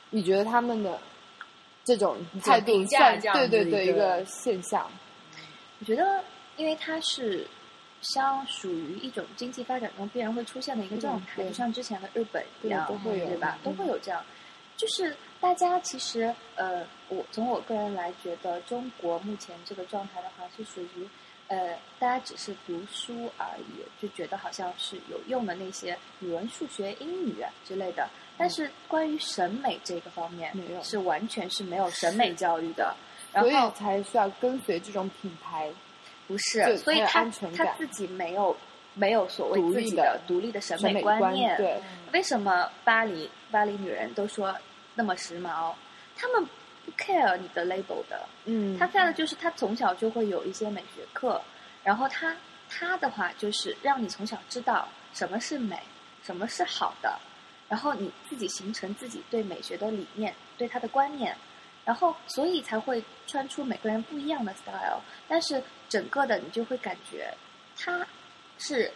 你觉得他们的这种态态度度算算对对对对对对一一个个现象？我觉得，因为它是相属于一种经济发展中必然会出现的一个状态，对就像之前的日本一样，对都会有对吧？嗯都会有这样，就是大家其实，呃，我从我个人来觉得，中国目前这个状态的话，是属于。呃，大家只是读书而已，就觉得好像是有用的那些语文、数学、英语啊之类的，但是关于审美这个方面，嗯没有是完全是没有审美教育的。然所后以才需要跟随这种品牌。不对是，所以才有他安全他感自己没有没有所谓独自立己的独立的审审美观观念。对，为什么巴黎巴黎女人都说那么时髦，他们不 care 你的 label 的，嗯他 care 的就是他从小就会有一些美学课，然后他他的话就是让你从小知道什么是美，什么是好的，然后你自己形成自己对美学的理念，对它的观念，然后所以才会穿出每个人不一样的 style，但是整个的你就会感觉它是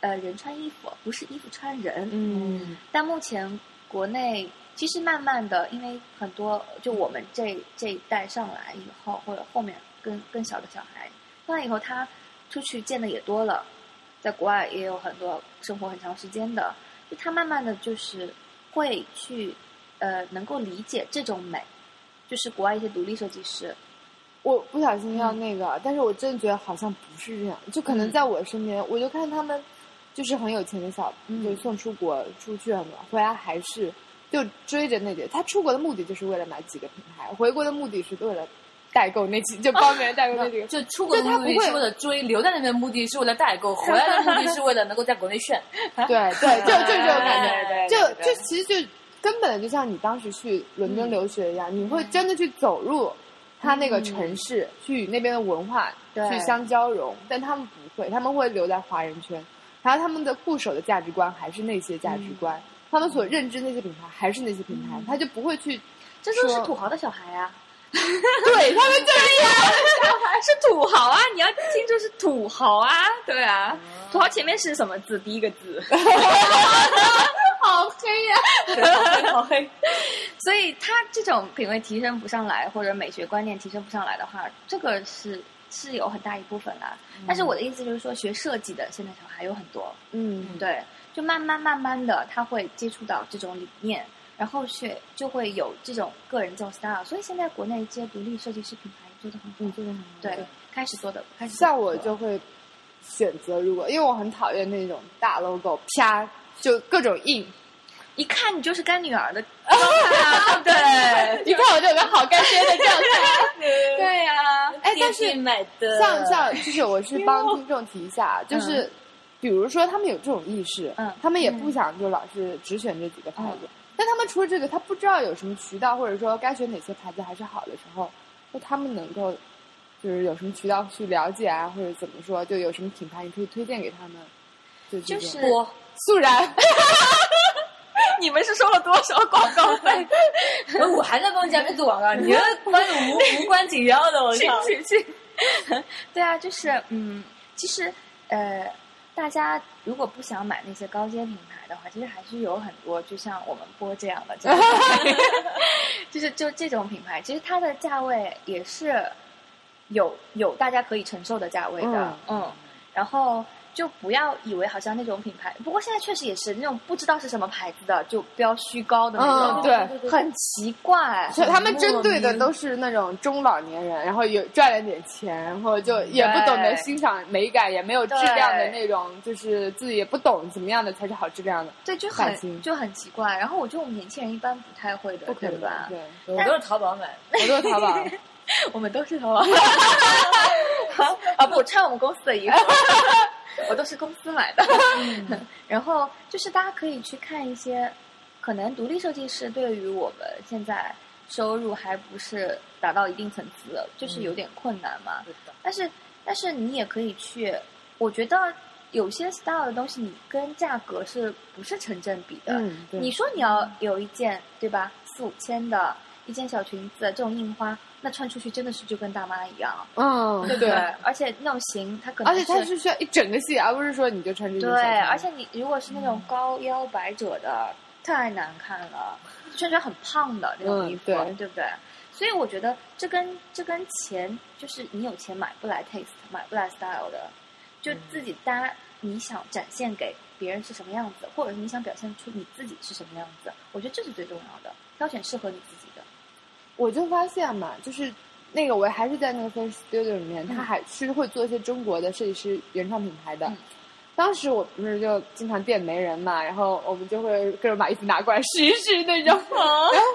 呃人穿衣服，不是衣服穿人，嗯但目前国内其实慢慢的，因为很多就我们这这一代上来以后，或者后面更更小的小孩上来以后，他出去见的也多了，在国外也有很多生活很长时间的，就他慢慢的就是会去呃能够理解这种美，就是国外一些独立设计师，我不小心要那个，但是我真的觉得好像不是这样，就可能在我身边，我就看他们就是很有钱的小，嗯就送出国出去很多，回来还是就追着那个。他出国的目的就是为了买几个品牌，回国的目的是为了代购那几，就帮别人代购那几个。 就出国的就他目不的会是为了追，留在那边的目的是为了代购，回来的目的是为了能够在国内 炫。对对，就就这种感觉。对对就对对就其实就根本就像你当时去伦嗯敦留学一样，你会真的去走入他那个城市，去与那边的文化对去相交融，但他们不会，他们会留在华人圈，然后他们的固守的价值观还是那些价值嗯观，他们所认知那些品牌还是那些品牌，他就不会去这都是说土豪的小孩啊，对他们 是土豪啊！你要听出是土豪啊，对啊，土豪前面是什么字？第一个字，好黑呀、 好黑，所以他这种品味提升不上来，或者美学观念提升不上来的话，这个是是有很大一部分的。但是我的意思就是说，学设计的现在小孩有很多，嗯对，就慢慢慢慢的他会接触到这种理念，然后学就会有这种个人这种 style。所以现在国内一些独立设计师品牌做的很好，嗯，就是对，开始做的开始做得像不我错就会选择，如果因为我很讨厌那种大 logo 啪就各种印。一看你就是干女儿的状态啊，对不对？一看我就有个好干爹的状态。对呀、哎，但是电竞买的呃像像就是我是帮听众提一下，啊就是比如说他们有这种意识，嗯他们也不想就老是只选这几个牌子，但他们除了这个，他不知道有什么渠道，或者说该选哪些牌子还是好的时候，就他们能够就是有什么渠道去了解啊，或者怎么说，就有什么品牌你可以推荐给他们，就这就种 是 播素然，你们是收了多少广告费？ 我还在帮嘉宾做广告，你这关注 无无关紧要的，我 去操！去去！ 对啊，就是嗯，其实呃，大家如果不想买那些高阶品牌的话，其实还是有很多，就像我们播这样的，就是 就是就这种品牌，其实它的价位也是有有大家可以承受的价位的，嗯然后。就不要以为好像那种品牌，不过现在确实也是那种不知道是什么牌子的，就标虚高的那种，嗯，对。很奇怪。所以他们针对的都是那种中老年人，然后有赚了点钱，然后就嗯也不懂得欣赏美感，也没有质量的那种，就是自己也不懂怎么样的才是好质量的，对，就版型很就很奇怪。然后我觉得我们年轻人一般不太会的，不可对能吧？对， 我都是淘宝买的，我都是淘宝，我们都是 淘宝啊，不穿我们公司的衣服， 我都是公司买的。 然后就是大家可以去看一些，可能独立设计师对于我们现在收入还不是达到一定层次，就是有点困难嘛。但嗯是但是你也可以去，我觉得有些 style 的东西，你跟价格是不是成正比的？嗯，对你说你要有一件对吧，四五千的一件小裙子，这种印花，那穿出去真的是就跟大妈一样，嗯对不对，而且那种型，它可能而且它是需要一整个系，而不是说你就穿这件对小裙子，，而且你嗯如果是那种高腰百褶的，太难看了，穿起来很胖的那种嗯衣服，对对不对？所以我觉得这跟这跟钱，就是你有钱买不来 taste，买不来 style 的，就自己搭你想展现给别人是什么样子，或者是你想表现出你自己是什么样子，我觉得这是最重要的，挑选适合你自己的。我就发现嘛，就是那个我还是在那个 First Studio 里面，他还是会做一些中国的设计师原创品牌的。嗯当时我不是就经常店没人嘛，然后我们就会各种把衣服拿过来试一试那种。哦 然后，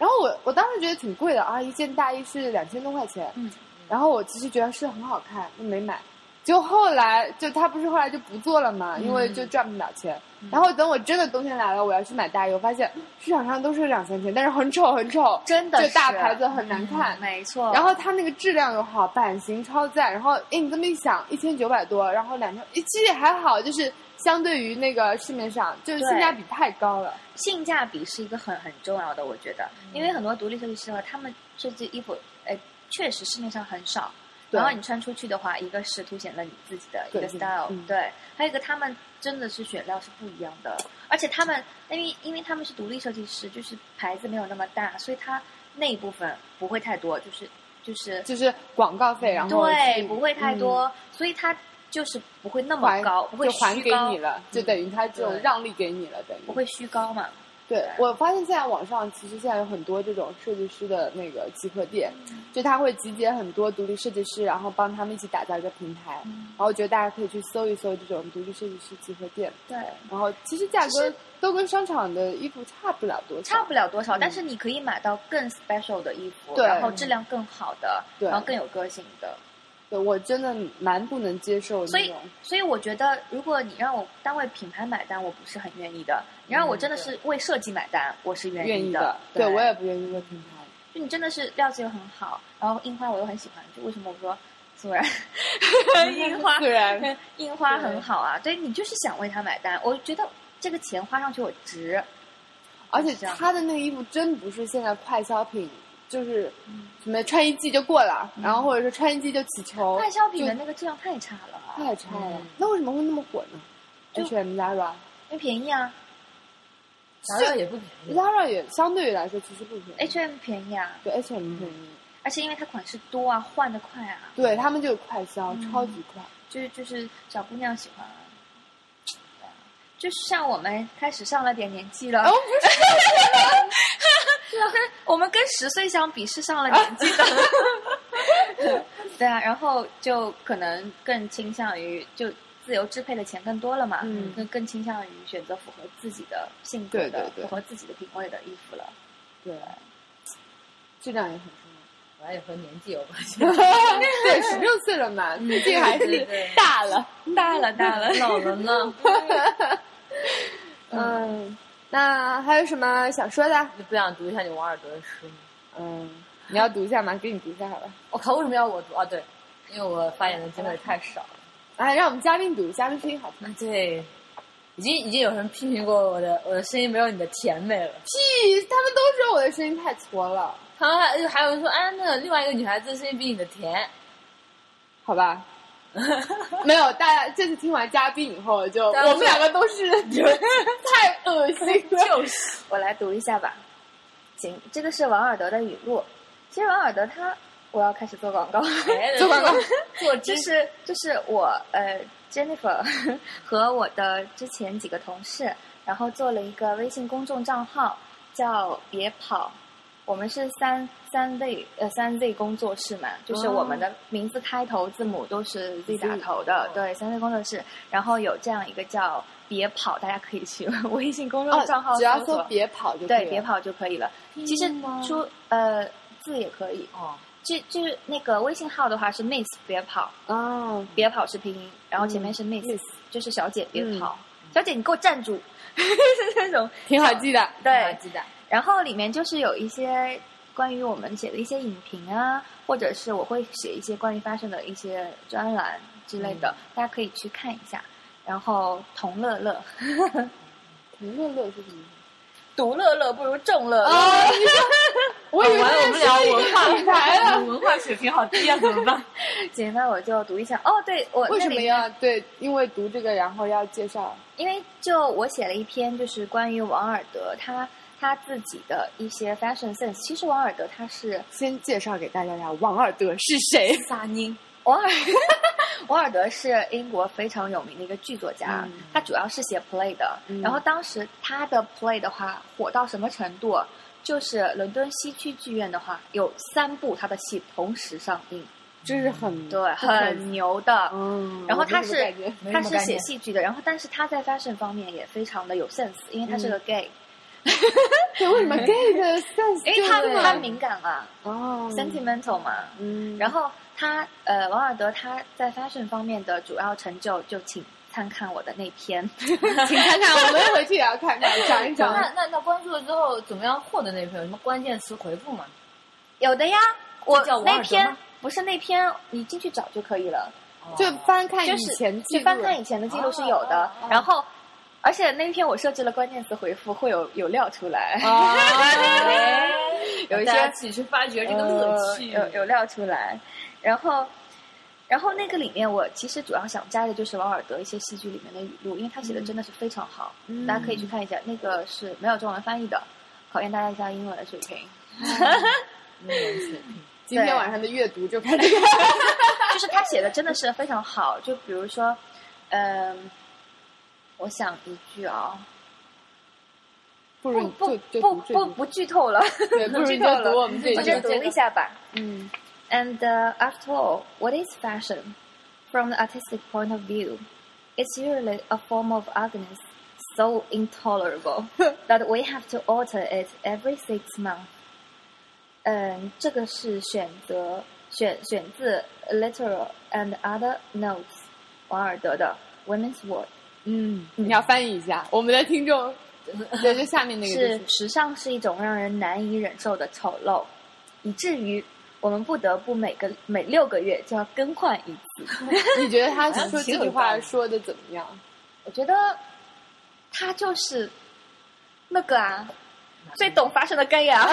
然后我我当时觉得挺贵的啊，一件大衣是两千多块钱。嗯。然后我其实觉得是很好看，就没买。就后来就他不是后来就不做了嘛，因为嗯就赚不了钱。然后等我真的冬天来了，我要去买大衣，我发现市场上都是两三千，但是很丑很丑，真的就是大牌子很难看。嗯没错。然后它那个质量又好，版型超赞。然后，哎，你这么一想，一千九百多，然后两千，诶其实也还好，就是相对于那个市面上，就是性价比太高了。性价比是一个很很重要的，我觉得，嗯因为很多独立设计师的话，他们设计衣服，哎，确实市面上很少。对然后你穿出去的话，一个是凸显了你自己的一个个性 style，嗯对，还有一个他们真的是选料是不一样的，而且他们因为因为他们是独立设计师，就是牌子没有那么大，所以他那一部分不会太多，就是就是就是广告费，然后对去不会太嗯多，所以他就是不会那么还高，不会就还虚给高嗯你了，就等于他这种对让利给你了，等于不会虚高嘛？对，我发现现在网上其实现在有很多这种设计师的那个集合店，嗯就他会集结很多独立设计师，然后帮他们一起打造一个平台。嗯然后我觉得大家可以去搜一搜这种独立设计师集合店，对，然后其实价格都跟商场的衣服差不了多少。差不了多少，但是你可以买到更 special 的衣服，嗯对然后质量更好的，对然后更有个性的。对，我真的蛮不能接受所那以种。，所以我觉得，如果你让我单为品牌买单，我不是很愿意的。你让我真的是为设计买单，我是愿嗯愿意的。对对我也不愿意为品牌。就你真的是料子又很好，然后印花我又很喜欢。就为什么我说 素然印花虽 然印花很好啊？对你就是想为它买单，我觉得这个钱花上去我值。而且这样他的那个衣服真不是现在快消品，就是嗯什么穿一季就过了，然后或者说穿一季就起球。快消品就的那个质量太差了啊，太差了嗯，那为什么会那么火呢就？H&M、Zara、因为便宜啊啥料也不便宜， Zara 也相对于来说其实不便宜， ，H&M 便宜啊，对 H&M 便宜，而且因为它款式多啊，换的快啊，对他们就是快销，嗯超级快。就是就是小姑娘喜欢啊。对啊就是像我们开始上了点年纪了，啊哦，不 是，我们跟十岁相比是上了年纪 的，对啊，然后就可能更倾向于就自由支配的钱更多了嘛，嗯更更倾向于选择符合自己的性格的、对对对符合自己的品味的衣服了。对，质量也很重要。我也和年纪有关 系。 对，十六岁了嘛，毕竟还对是对大了。大了大了，老了呢，嗯，那还有什么想说的？你不想读一下你王尔德的诗吗？嗯，你要读一下吗？给你读一下好吧。我靠，为什么要我读啊？对，因为我发言的机会太少了。哎，让我们嘉宾读，嘉宾声音好听。对，已经已经有人批评过我的我的声音没有你的甜美了。屁，他们都说我的声音太挫了，他们还还有人说，哎，那个另外一个女孩子的声音比你的甜。好吧？没有，大家这次听完嘉宾以后就，大家都我们两个都是太恶心了。就是，我来读一下吧。行，这个是王尔德的语录。其实王尔德他，我要开始做广告。哎 做广告 做就知识，是就是我呃 Jennifer 和我的之前几个同事，然后做了一个微信公众账号，叫“别跑”。我们是三三 Z 呃三 Z 工作室嘛，就是我们的名字开头字母都是 Z 打头的，对三 Z 工作室。然后有这样一个叫“别跑”，大家可以去 微信公众账号只哦要搜说索别跑就可以对了别。跑就可以了。其实出呃字也可以，哦，这这那个微信号的话是 Miss 别跑，啊，别跑是拼音，然后前嗯面是 miss，、就是小姐别跑，小姐你给我站住， 是这种挺好记的。对。记得然后里面就是有一些关于我们写的一些影评啊，或者是我会写一些关于发生的一些专栏之类的，嗯大家可以去看一下。然后同乐乐， 同乐乐是什么？独乐乐不如众乐乐。啊，你说，我以为完了我们俩文化品牌了。啊文化水平好低啊，怎么办？姐，那我就读一下。哦，对我为那什里么要对？因为读这个，然后要介绍。因为就我写了一篇，就是关于王尔德他他自己的一些 fashion sense。其实王尔德他是先介绍给大家呀，王尔德是谁？撒宁， 王尔王尔德是英国非常有名的一个剧作家，他主要是写 play 的。然后当时他的 play 的话火到什么程度？就是伦敦西区剧院的话，有三部他的戏同时上映，这是嗯很对，很牛的。嗯。然后他我就是这么感觉他是写戏剧的，然后但是他在 fashion 方面也非常的有 sense，因为他是个 gay，、对，为什 么 gay 的 sense 因为他就这么他敏感啊、哦 s e n t i m e n t a l 嘛。嗯，然后后他呃，王尔德他在 fashion 方面的主要成就，就请参看我的那篇。 请看看，我们回去也要看看，找一找。那 那那关注了之后，怎么样获得那篇？有什么关键词回复吗？有的呀，我这叫王尔德那吗篇不是那篇，你进去找就可以了。就翻看就以是前记录去翻看以前的记录是有的，然后。而且那篇我设置了关键词回复，会有有料出来， 有一些大家自己去发掘这个乐趣。呃有有料出来。然后，然后那个里面我其实主要想加的就是王尔德一些戏剧里面的语录，因为他写的嗯真的是非常好，大家可以去看一下。那个是没有中文翻译的，考验大家一下英文的水 平。今天晚上的阅读就开始。 就是他写的真的是非常好。就比如说，嗯、我想一句啊、不如不你不就就不读这不句 不剧透了，对，不如你就读我们这我一就句。读一下吧。嗯，And、uh, after all, what is fashion? From the artistic point of view, it's usually a form of ugliness so intolerable that we have to alter it every six months. 嗯，这个是选择选选自《Literal and Other Notes》王尔德的《Women's World》。嗯，你要翻译一下，我们的听众，对，就下面那个就是时尚是一种让人难以忍受的丑陋，以至于我们不得不每个每六个月就要更换一次。你觉得 他说这句话说的怎么样？嗯我觉得他就是那个啊，最懂发生的 gay 啊，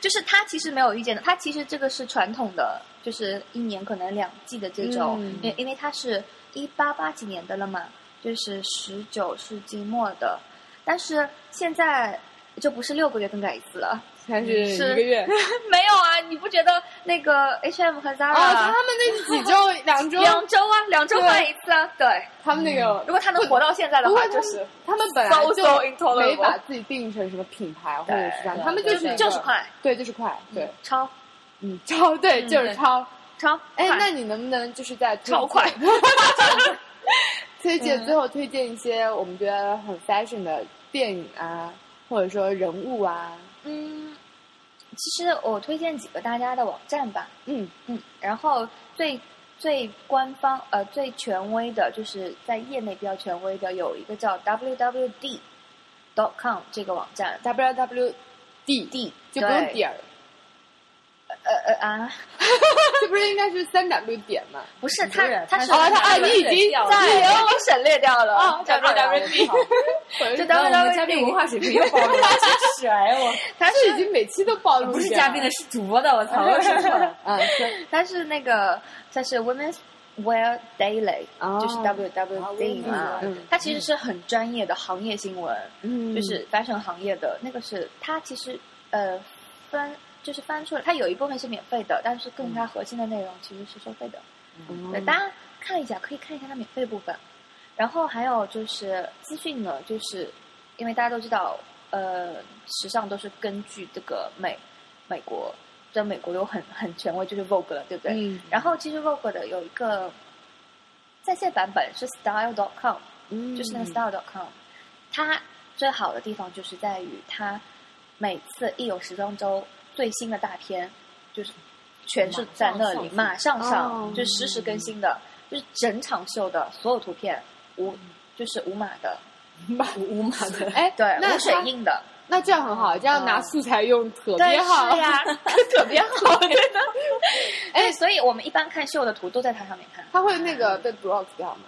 就是他其实没有遇见的，他其实这个是传统的，就是一年可能两季的这种，嗯因、因为他是一八八几年的了嘛，就是十九世纪末的，但是现在就不是六个月更改一次了。还是一是个月？ 没有啊，你不觉得那个 H M 和哦， Zara、他们那几周两周，两周啊，两周换一次啊？对，他们那个如果他能活到现在的不过话，他就们是他们本来 so, so 就没 intolerable 把自己定成什么品牌或者是这样，对他们对是就就是快，对，就是快，对，超嗯，超对，就是对超。超哎，快那你能不能就是在推超荐 快推荐最后推荐一些我们觉得很 fashion 的电影啊，或者说人物啊？嗯，其实我推荐几个大家的网站吧，嗯，嗯，然后最最官方呃最权威的，就是在业内比较权威的，有一个叫 wwd dot com 这个网站， W W D D 就不用点儿，呃呃啊，这不是应该是三 W 点吗？不是他他是哦，他啊，你已经在在我省略掉了哦找不到 WWD 这这然后我 WWD 们嘉宾文化水平又暴露了，真是哎我它这是已经每期都暴露不是一遍嘉宾了的，是主播的，我操！我是啊，是它是那个它是 Women's Wear Daily，、哦就是 WWD 嘛、嗯它其实是很专业的行业新闻，嗯就是 fashion 行业的那个是它其实呃翻就是翻出来，它有一部分是免费的，但是更嗯加核心的内容其实是收费的。哦对，大家看一下，可以看一下它免费部分。然后还有就是资讯呢，就是因为大家都知道，呃，时尚都是根据这个美美国，在美国有很很权威，就是 Vogue 了，对不对？嗯然后其实 Vogue 的有一个在线版本是 Style.com，嗯就是那个 Style.com，它最好的地方就是在于它每次一有时装周最新的大片，就是全是在那里马上哦上，就是实时更新的，就是整场秀的所有图片无就是无码的，无码的，哎，对，那无水他印的，那这样很好，这样拿素材用特对别好是。 呀，特别好，对的。 哎哎，所以我们一般看秀的图都在它上面看。他会那个被 block 掉吗？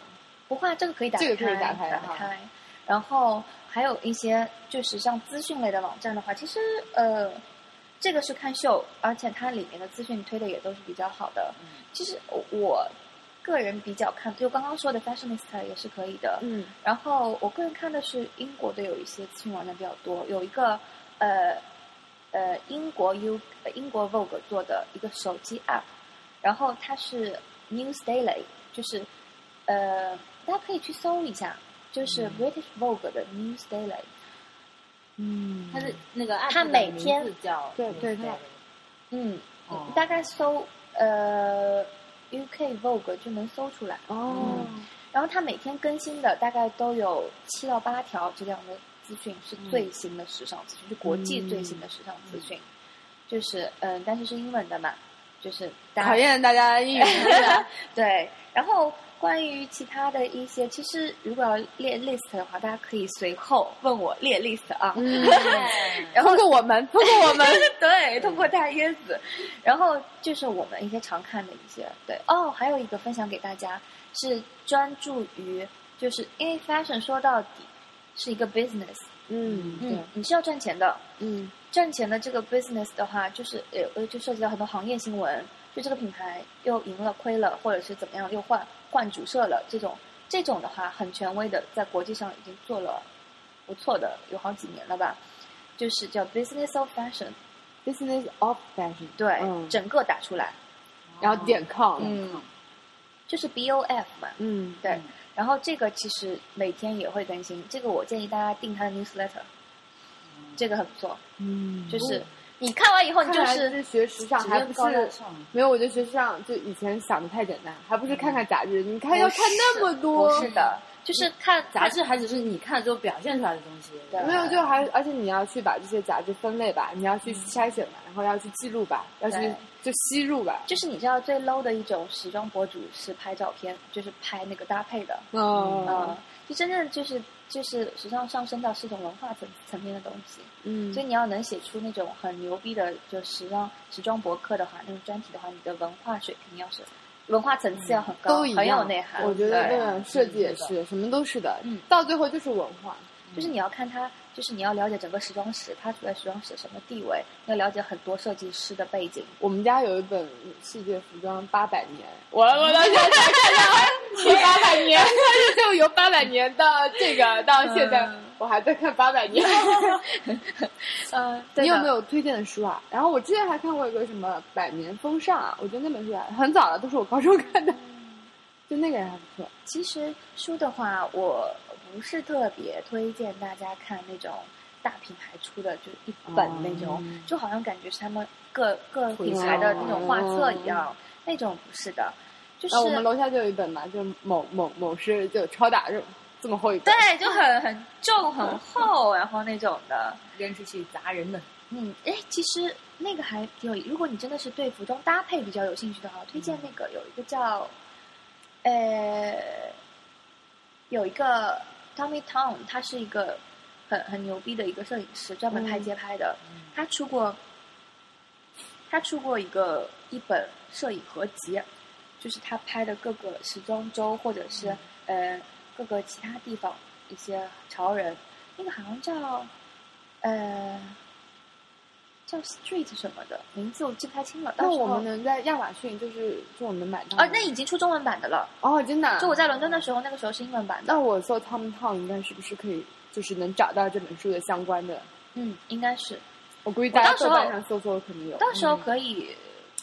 不会啊，这个可以打开，这个可以打开打哈开。然后还有一些就时尚资讯类的网站的话，其实呃，这个是看秀，而且它里面的资讯推的也都是比较好的。嗯其实我我个人比较看，就刚刚说的 Fashionista 也是可以的。嗯，然后我个人看的是英国的有一些资讯网站比较多，有一个呃呃英国 U 呃英国 Vogue 做的一个手机 App，然后它是 News Daily，就是呃大家可以去搜一下，就是 British Vogue 的 News Daily，嗯，他是那个 app 他的每名天字叫对对对嗯，哦大概搜呃 UK Vogue 就能搜出来，哦，然后它每天更新的大概都有七到八条这样的资讯，是最新的时尚资讯，就国际最新的时尚资讯，就是嗯、呃但是是英文的嘛。就是大家考验大家英语能力啊。对，然后关于其他的一些，其实如果要列 list 的话，大家可以随后问我列 list 啊。嗯然后通过我们，通过我们， 对，通过大椰子，然后就是我们一些常看的一些，对哦，还有一个分享给大家是专注于，就是因为 fashion 说到底是一个 business，嗯嗯，你是要赚钱的，嗯赚钱的这个 business 的话，就是呃呃，就涉及到很多行业新闻，就这个品牌又赢了、亏了，或者是怎么样，又换换主社了，这种这种的话，很权威的，在国际上已经做了不错的，有好几年了吧，就是叫 business of fashion， ，business of fashion，对，嗯整个打出来，然后点 com，嗯，就是 BOF 嘛，嗯，对，然后这个其实每天也会更新，这个我建议大家订它的 newsletter，这个很不错，嗯，就是你看完以后，你就看来是是学时尚，还不高大是上没有？我觉得学时尚就以前想的太简单，还不是看看杂志？你看不要看那么多，是的，就是看杂志还只是你看之后表现出来的东西，对没有，就还而且你要去把这些杂志分类吧，你要去筛选吧，然后要去记录吧，要去嗯对就吸入吧。就是你知道最 low 的一种时装博主是拍照片，就是拍那个搭配的，嗯嗯，就真正就是就是时尚上升到是一种文化层层面的东西，嗯所以你要能写出那种很牛逼的，就时尚时装博客的话，那种专题的话，你的文化水平要是文化层次要很高，都一样，很有内涵。我觉得对那个设计也是，什么都是的嗯，到最后就是文化。就是你要看它，就是你要了解整个时装史，它在时装史什么地位，要了解很多设计师的 背景。我们家有一本《世界服装八百年》，我我到现在才看到有八百年，但是就由八百年到这个到现在，我还在看八百年。 嗯，你有没有推荐的书啊？然后我之前还看过一个什么《百年风尚》啊，我觉得那本书还很早了，都是我高中看的，就那个人还不错。其实书的话，我不是特别推荐大家看那种大品牌出的，就是一本哦那种，就好像感觉是他们各各品牌的那种画册一样，那种不是的，就哦是、然后我们楼下就有一本嘛，就某某某师就超大这这么厚一本，对，就很很重很厚，然后那种的，扔出去砸人的。嗯，哎，其实那个还挺有，如果你真的是对服装搭配比较有兴趣的话，我推嗯荐那个有一个叫，呃，有一个 Tommy Tom，他是一个很很牛逼的一个摄影师，专门拍街拍的，嗯他出过，他出过一个一本摄影合集，就是他拍的各个时装周或者是、嗯呃各个其他地方一些潮人，那个好像叫呃叫 Street 什么的名字我记不太清了。那哦到时我候们能在亚马逊就是就我们买到吗啊，那已经出中文版的了。哦真的啊，哦就我在伦敦的时候，那个时候是英文版的那。我搜 Tom Tom 应该是不是可以就是能找到这本书的相关的？嗯，应该是。我估计大家我到时豆候瓣上搜搜肯定有。到时候可以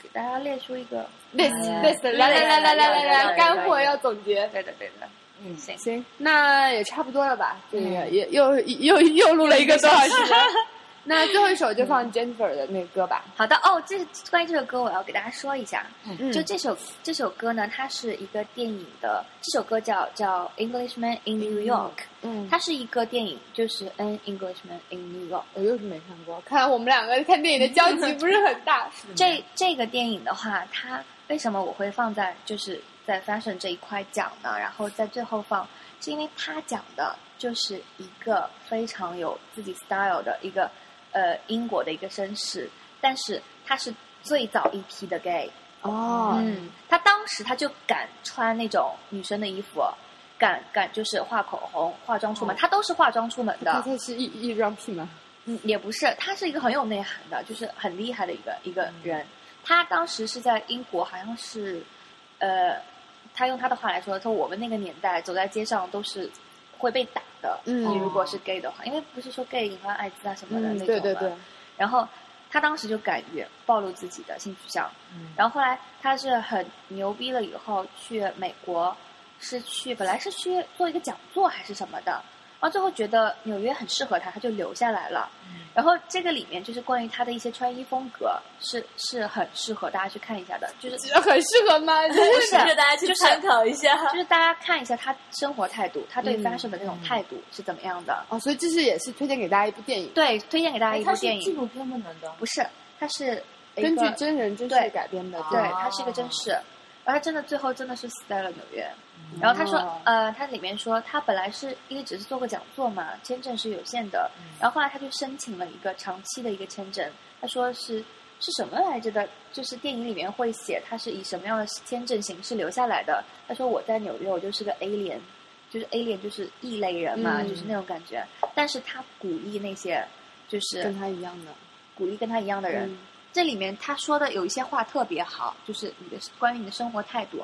给大家列出一个。 list list 来来来来来来来，干货要总结。对的，对的。嗯，行，行，那也差不多了吧？这个也又又又录了一个多小时。 那最后一首就放 Jennifer 的那歌吧。好的哦，这关于这首歌，我要给大家说一下。嗯就这首这首歌呢，它是一个电影的，这首歌叫叫《Englishman in New York》，嗯，它是一个电影，就是《An Englishman in New York 我又是没看过，看来我们两个看电影的交集不是很大。》这。这个电影的话，它为什么我会放在就是在 fashion 这一块讲呢？然后在最后放，是因为它讲的就是一个非常有自己 style 的一个呃英国的一个绅士，但是他是最早一批的 gay。 哦嗯，他当时他就敢穿那种女生的衣服，敢敢就是画口红、化妆出门，他都是化妆出门他的，他是异异装癖吗？嗯，也不是，他是一个很有内涵的，就是很厉害的一个一嗯个人。他当时是在英国，好像是，呃，他用他的话来说，说我们那个年代走在街上都是会被打的，嗯你如果是 gay 的话，因为不是说 gay 隐患艾滋啊什么的那嗯，种对对嘛对，然后他当时就敢于暴露自己的性取向，嗯然后后来他是很牛逼了以后去美国，是去本来是去做一个讲座还是什么的，然后最后觉得纽约很适合他，他就留下来了。嗯然后这个里面就是关于他的一些穿衣风格是是很适合大家去看一下的， 就是很适合吗？是的值得大家去参考一下。 就是大家看一下他生活态度，他对嗯 fashion 的那种态度是怎么样的。哦，所哎以这是也是推荐给大家一部电影。对，推荐给大家一部它是电影。纪录片吗？难道？不是，它是一根个据真人真对事改编的，对吧，他是一个真事，然后他真的最后真的是死在了纽约。哦然后他说，呃，他里面说他本来是因为只是做个讲座嘛，签证是有限的，嗯然后后来他就申请了一个长期的一个签证，他说是是什么来着的？就是电影里面会写他是以什么样的签证形式留下来的。他说我在纽约，我就是个 alien，就是 alien 就是异类人嘛，嗯就是那种感觉。但是他鼓励那些就是跟他一样的。鼓励跟他一样的人。嗯这里面他说的有一些话特别好，就是你的关于你的生活态度，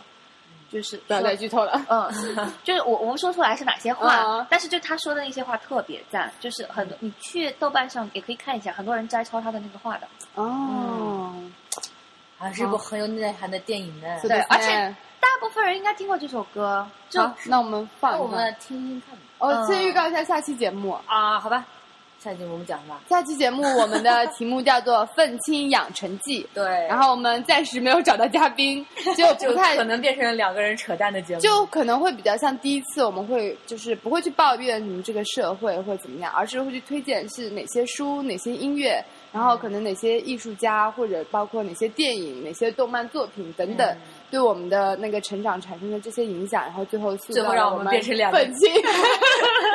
就是不要说再剧透了。 嗯，就是我我们说出来是哪些话，嗯但是就他说的那些话特别赞，就是很多你去豆瓣上也可以看一下，很多人摘抄他的那个话的。 哦，还是一部很有内涵的电影呢。是对的而且大部分人应该听过这首歌，就、好，那我们那放我一们放。来听听看吧哦，先嗯预告一下下期节目。啊，好吧，下期我们讲吧。下期节目我们的题目叫做《愤青养成 记》，对，然后我们暂时没有找到嘉宾，就不就太可能变成两个人扯淡的节目。就可能会比较像第一次，我们会就是不会去抱怨你这个社会或怎么样，而是会去推荐是哪些书、哪些音乐，然后可能哪些艺术家或者包括哪些电影、哪些动漫作品等等，嗯对我们的那个成长产生的这些影响，然后最后塑最后造让了我我们变成两个愤青。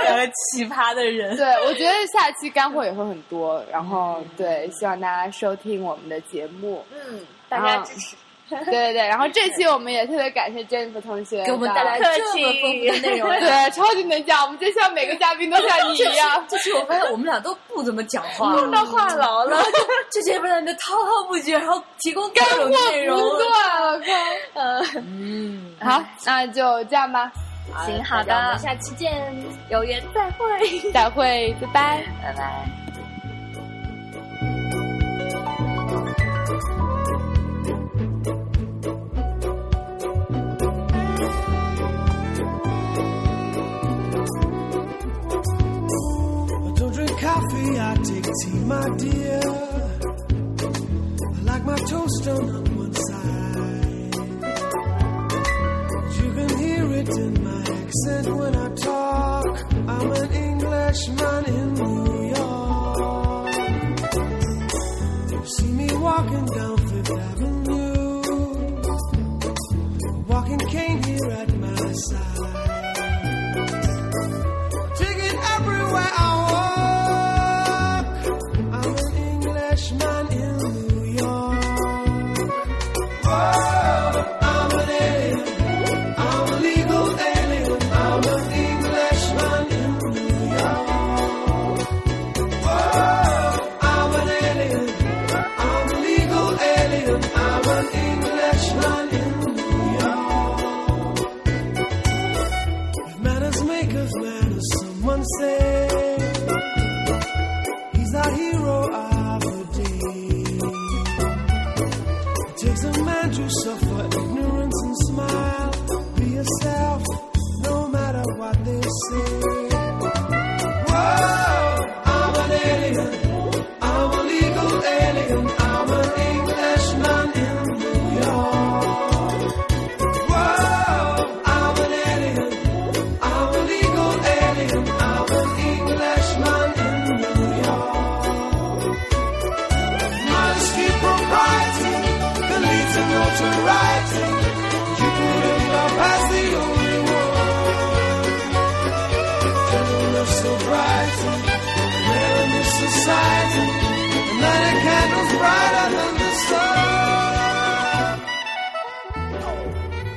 两个奇葩的人。 对，我觉得下期干货也会很多，然后嗯对，希望大家收听我们的节目。嗯，大家啊支持。对对 对，然后这期我们也特别感谢 Jennifer 同学给我们带来的这么丰富的内容，。对超级能讲，我们就像每个嘉宾都像你一样 这期我发现我们俩都不怎么讲话，碰到话痨了，这些不然就滔滔不绝，然后提供各种内容。断了，嗯，好，那就这样吧，行，好好的的，下期见，有缘再会，再会，拜拜。拜拜。 I don't drink coffee, I take tea, my dear. I like my toast done on one side. You can hear it in my accent when I talk. I'm an Englishman in New York. You see me walking down Fifth Avenue, walking cane here at my side. Taking everywhere I walk. I'm an Englishman in New York. Oh, I'm an alien. I'm a legal alien. I'm an Englishman in New York. I'm an alien. I'm a legal alien. I'm an Englishman in New York. If manners make of manners, someone said he's our hero of the day. It takes a man to suffer ignorance and smile. Be yourself, no matter what they say. Whoa, I'm an alien. I'm a legal alien. I'm an Englishman in New York. Whoa, I'm an alien. I'm a legal alien. I'm an Englishman in New York. Modesty, propriety, can lead to notoriety. You could end up as the only one. Full of sobriety, man in this society, a night of candles brighter than the sun.